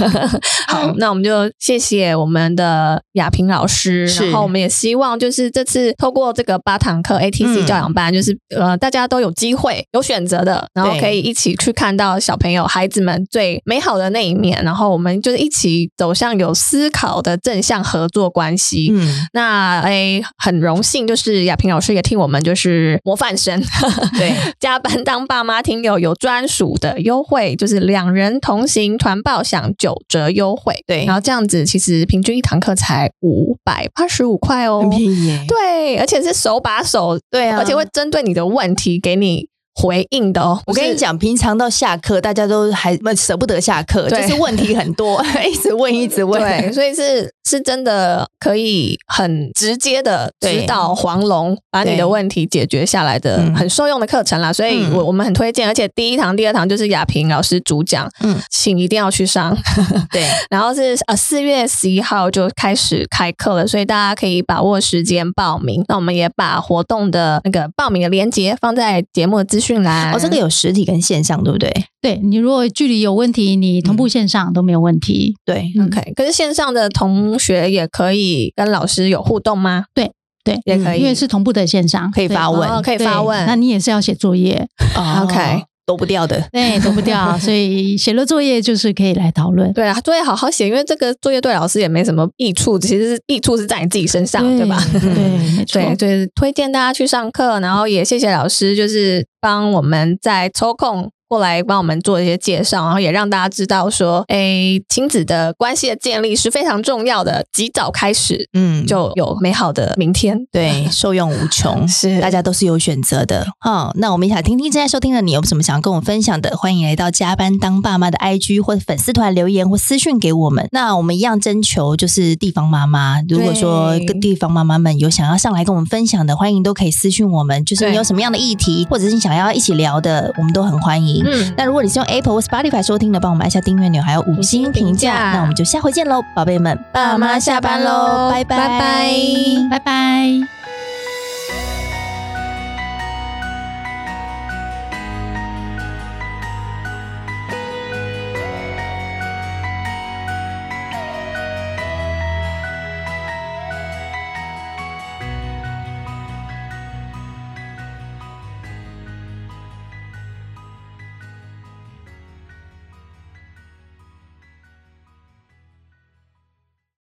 S2: 好，那我们就谢谢我们的亚萍老师，
S1: 是
S2: 然后我们也希望就是这次透过这个八堂课 ATC
S1: 嗯
S2: 教养班，就是呃大家都有机会有选择的，然后
S1: 对
S2: 可以一起去看到小朋友孩子们最美好的那一面，然后我们就是一起走向有思考的正向合作关系。
S1: 嗯，
S2: 那诶、很荣幸，就是亚萍老师也替我们就是模范生，
S1: 对，
S2: 加班当爸妈听友有专属的优优惠，就是两人同行团报享九折优惠。
S1: 对
S2: 然后这样子其实平均一堂课才五百八十五块哦，
S1: 很便宜耶、
S2: 对，而且是手把手，
S1: 对啊
S2: 而且会针对你的问题给你回应的哦。
S1: 我
S2: 不是
S1: 跟你，讲，平常到下课，大家都还舍不得下课，就
S2: 对
S1: 是问题很多， [laughs] 一直问，一直问。
S2: 对，所以是是真的可以很直接的
S1: 对
S2: 指导黄龙把你
S1: 对
S2: 的问题解决下来的
S1: 嗯
S2: 很受用的课程啦。所以
S1: 嗯
S2: 我我们很推荐，而且第一堂、第二堂就是亚萍老师主讲，
S1: 嗯
S2: 请一定要去上。
S1: 对
S2: 然后是呃四月十一号就开始开课了，所以大家可以把握时间报名。那我们也把活动的那个报名的链接放在节目的资讯栏。
S1: 哦，这个有实体跟线上，对不对？
S3: 对你如果距离有问题，你
S2: 嗯
S3: 同步线上都没有问题。
S1: 对，
S3: 嗯
S2: OK，可是线上的同学也可以跟老师有互动吗？
S3: 对，
S2: 也可以，
S3: 因为是同步的线上，
S1: 可以发问
S2: 哦可以
S3: 对
S2: 发问。
S3: 那你也是要写作业，
S1: 哦
S2: OK
S1: 躲不掉的。
S3: 对，躲不
S2: [laughs]
S3: 掉，所以写了作业就是可以来讨论。
S2: 对啊，作业好好写，因为这个作业对老师也没什么益处，其实是益处是在你自己身上，对吧？
S3: 对，没错。
S2: [laughs] 对，就是推荐大家去上课，然后也谢谢老师，就是帮我们在抽空过来帮我们做一些介绍，然后也让大家知道说，哎，亲子的关系的建立是非常重要的，及早开始
S1: 嗯，
S2: 就有美好的明天。。
S1: 对，受用无穷 [laughs]
S2: 是
S1: 大家都是有选择的，嗯，那我们也想听听正在收听的你有什么想要跟我们分享的，欢迎来到加班当爸妈的 IG 或者粉丝团留言或私讯给我们。那我们一样征求就是地方妈妈，如果说
S2: 对
S1: 各地方妈妈们有想要上来跟我们分享的，欢迎都可以私讯我们，就是
S2: 对
S1: 你有什么样的议题，或者是你想要一起聊的，我们都很欢迎。
S2: 嗯，
S1: 那如果你是用 Apple 或 Spotify 收听的，帮我们按下订阅钮，还有五星评
S2: 五星评价
S1: 价。那我们就下回见喽，宝贝们，
S2: 爸妈下班喽
S1: 拜拜
S2: 拜拜
S3: 拜拜。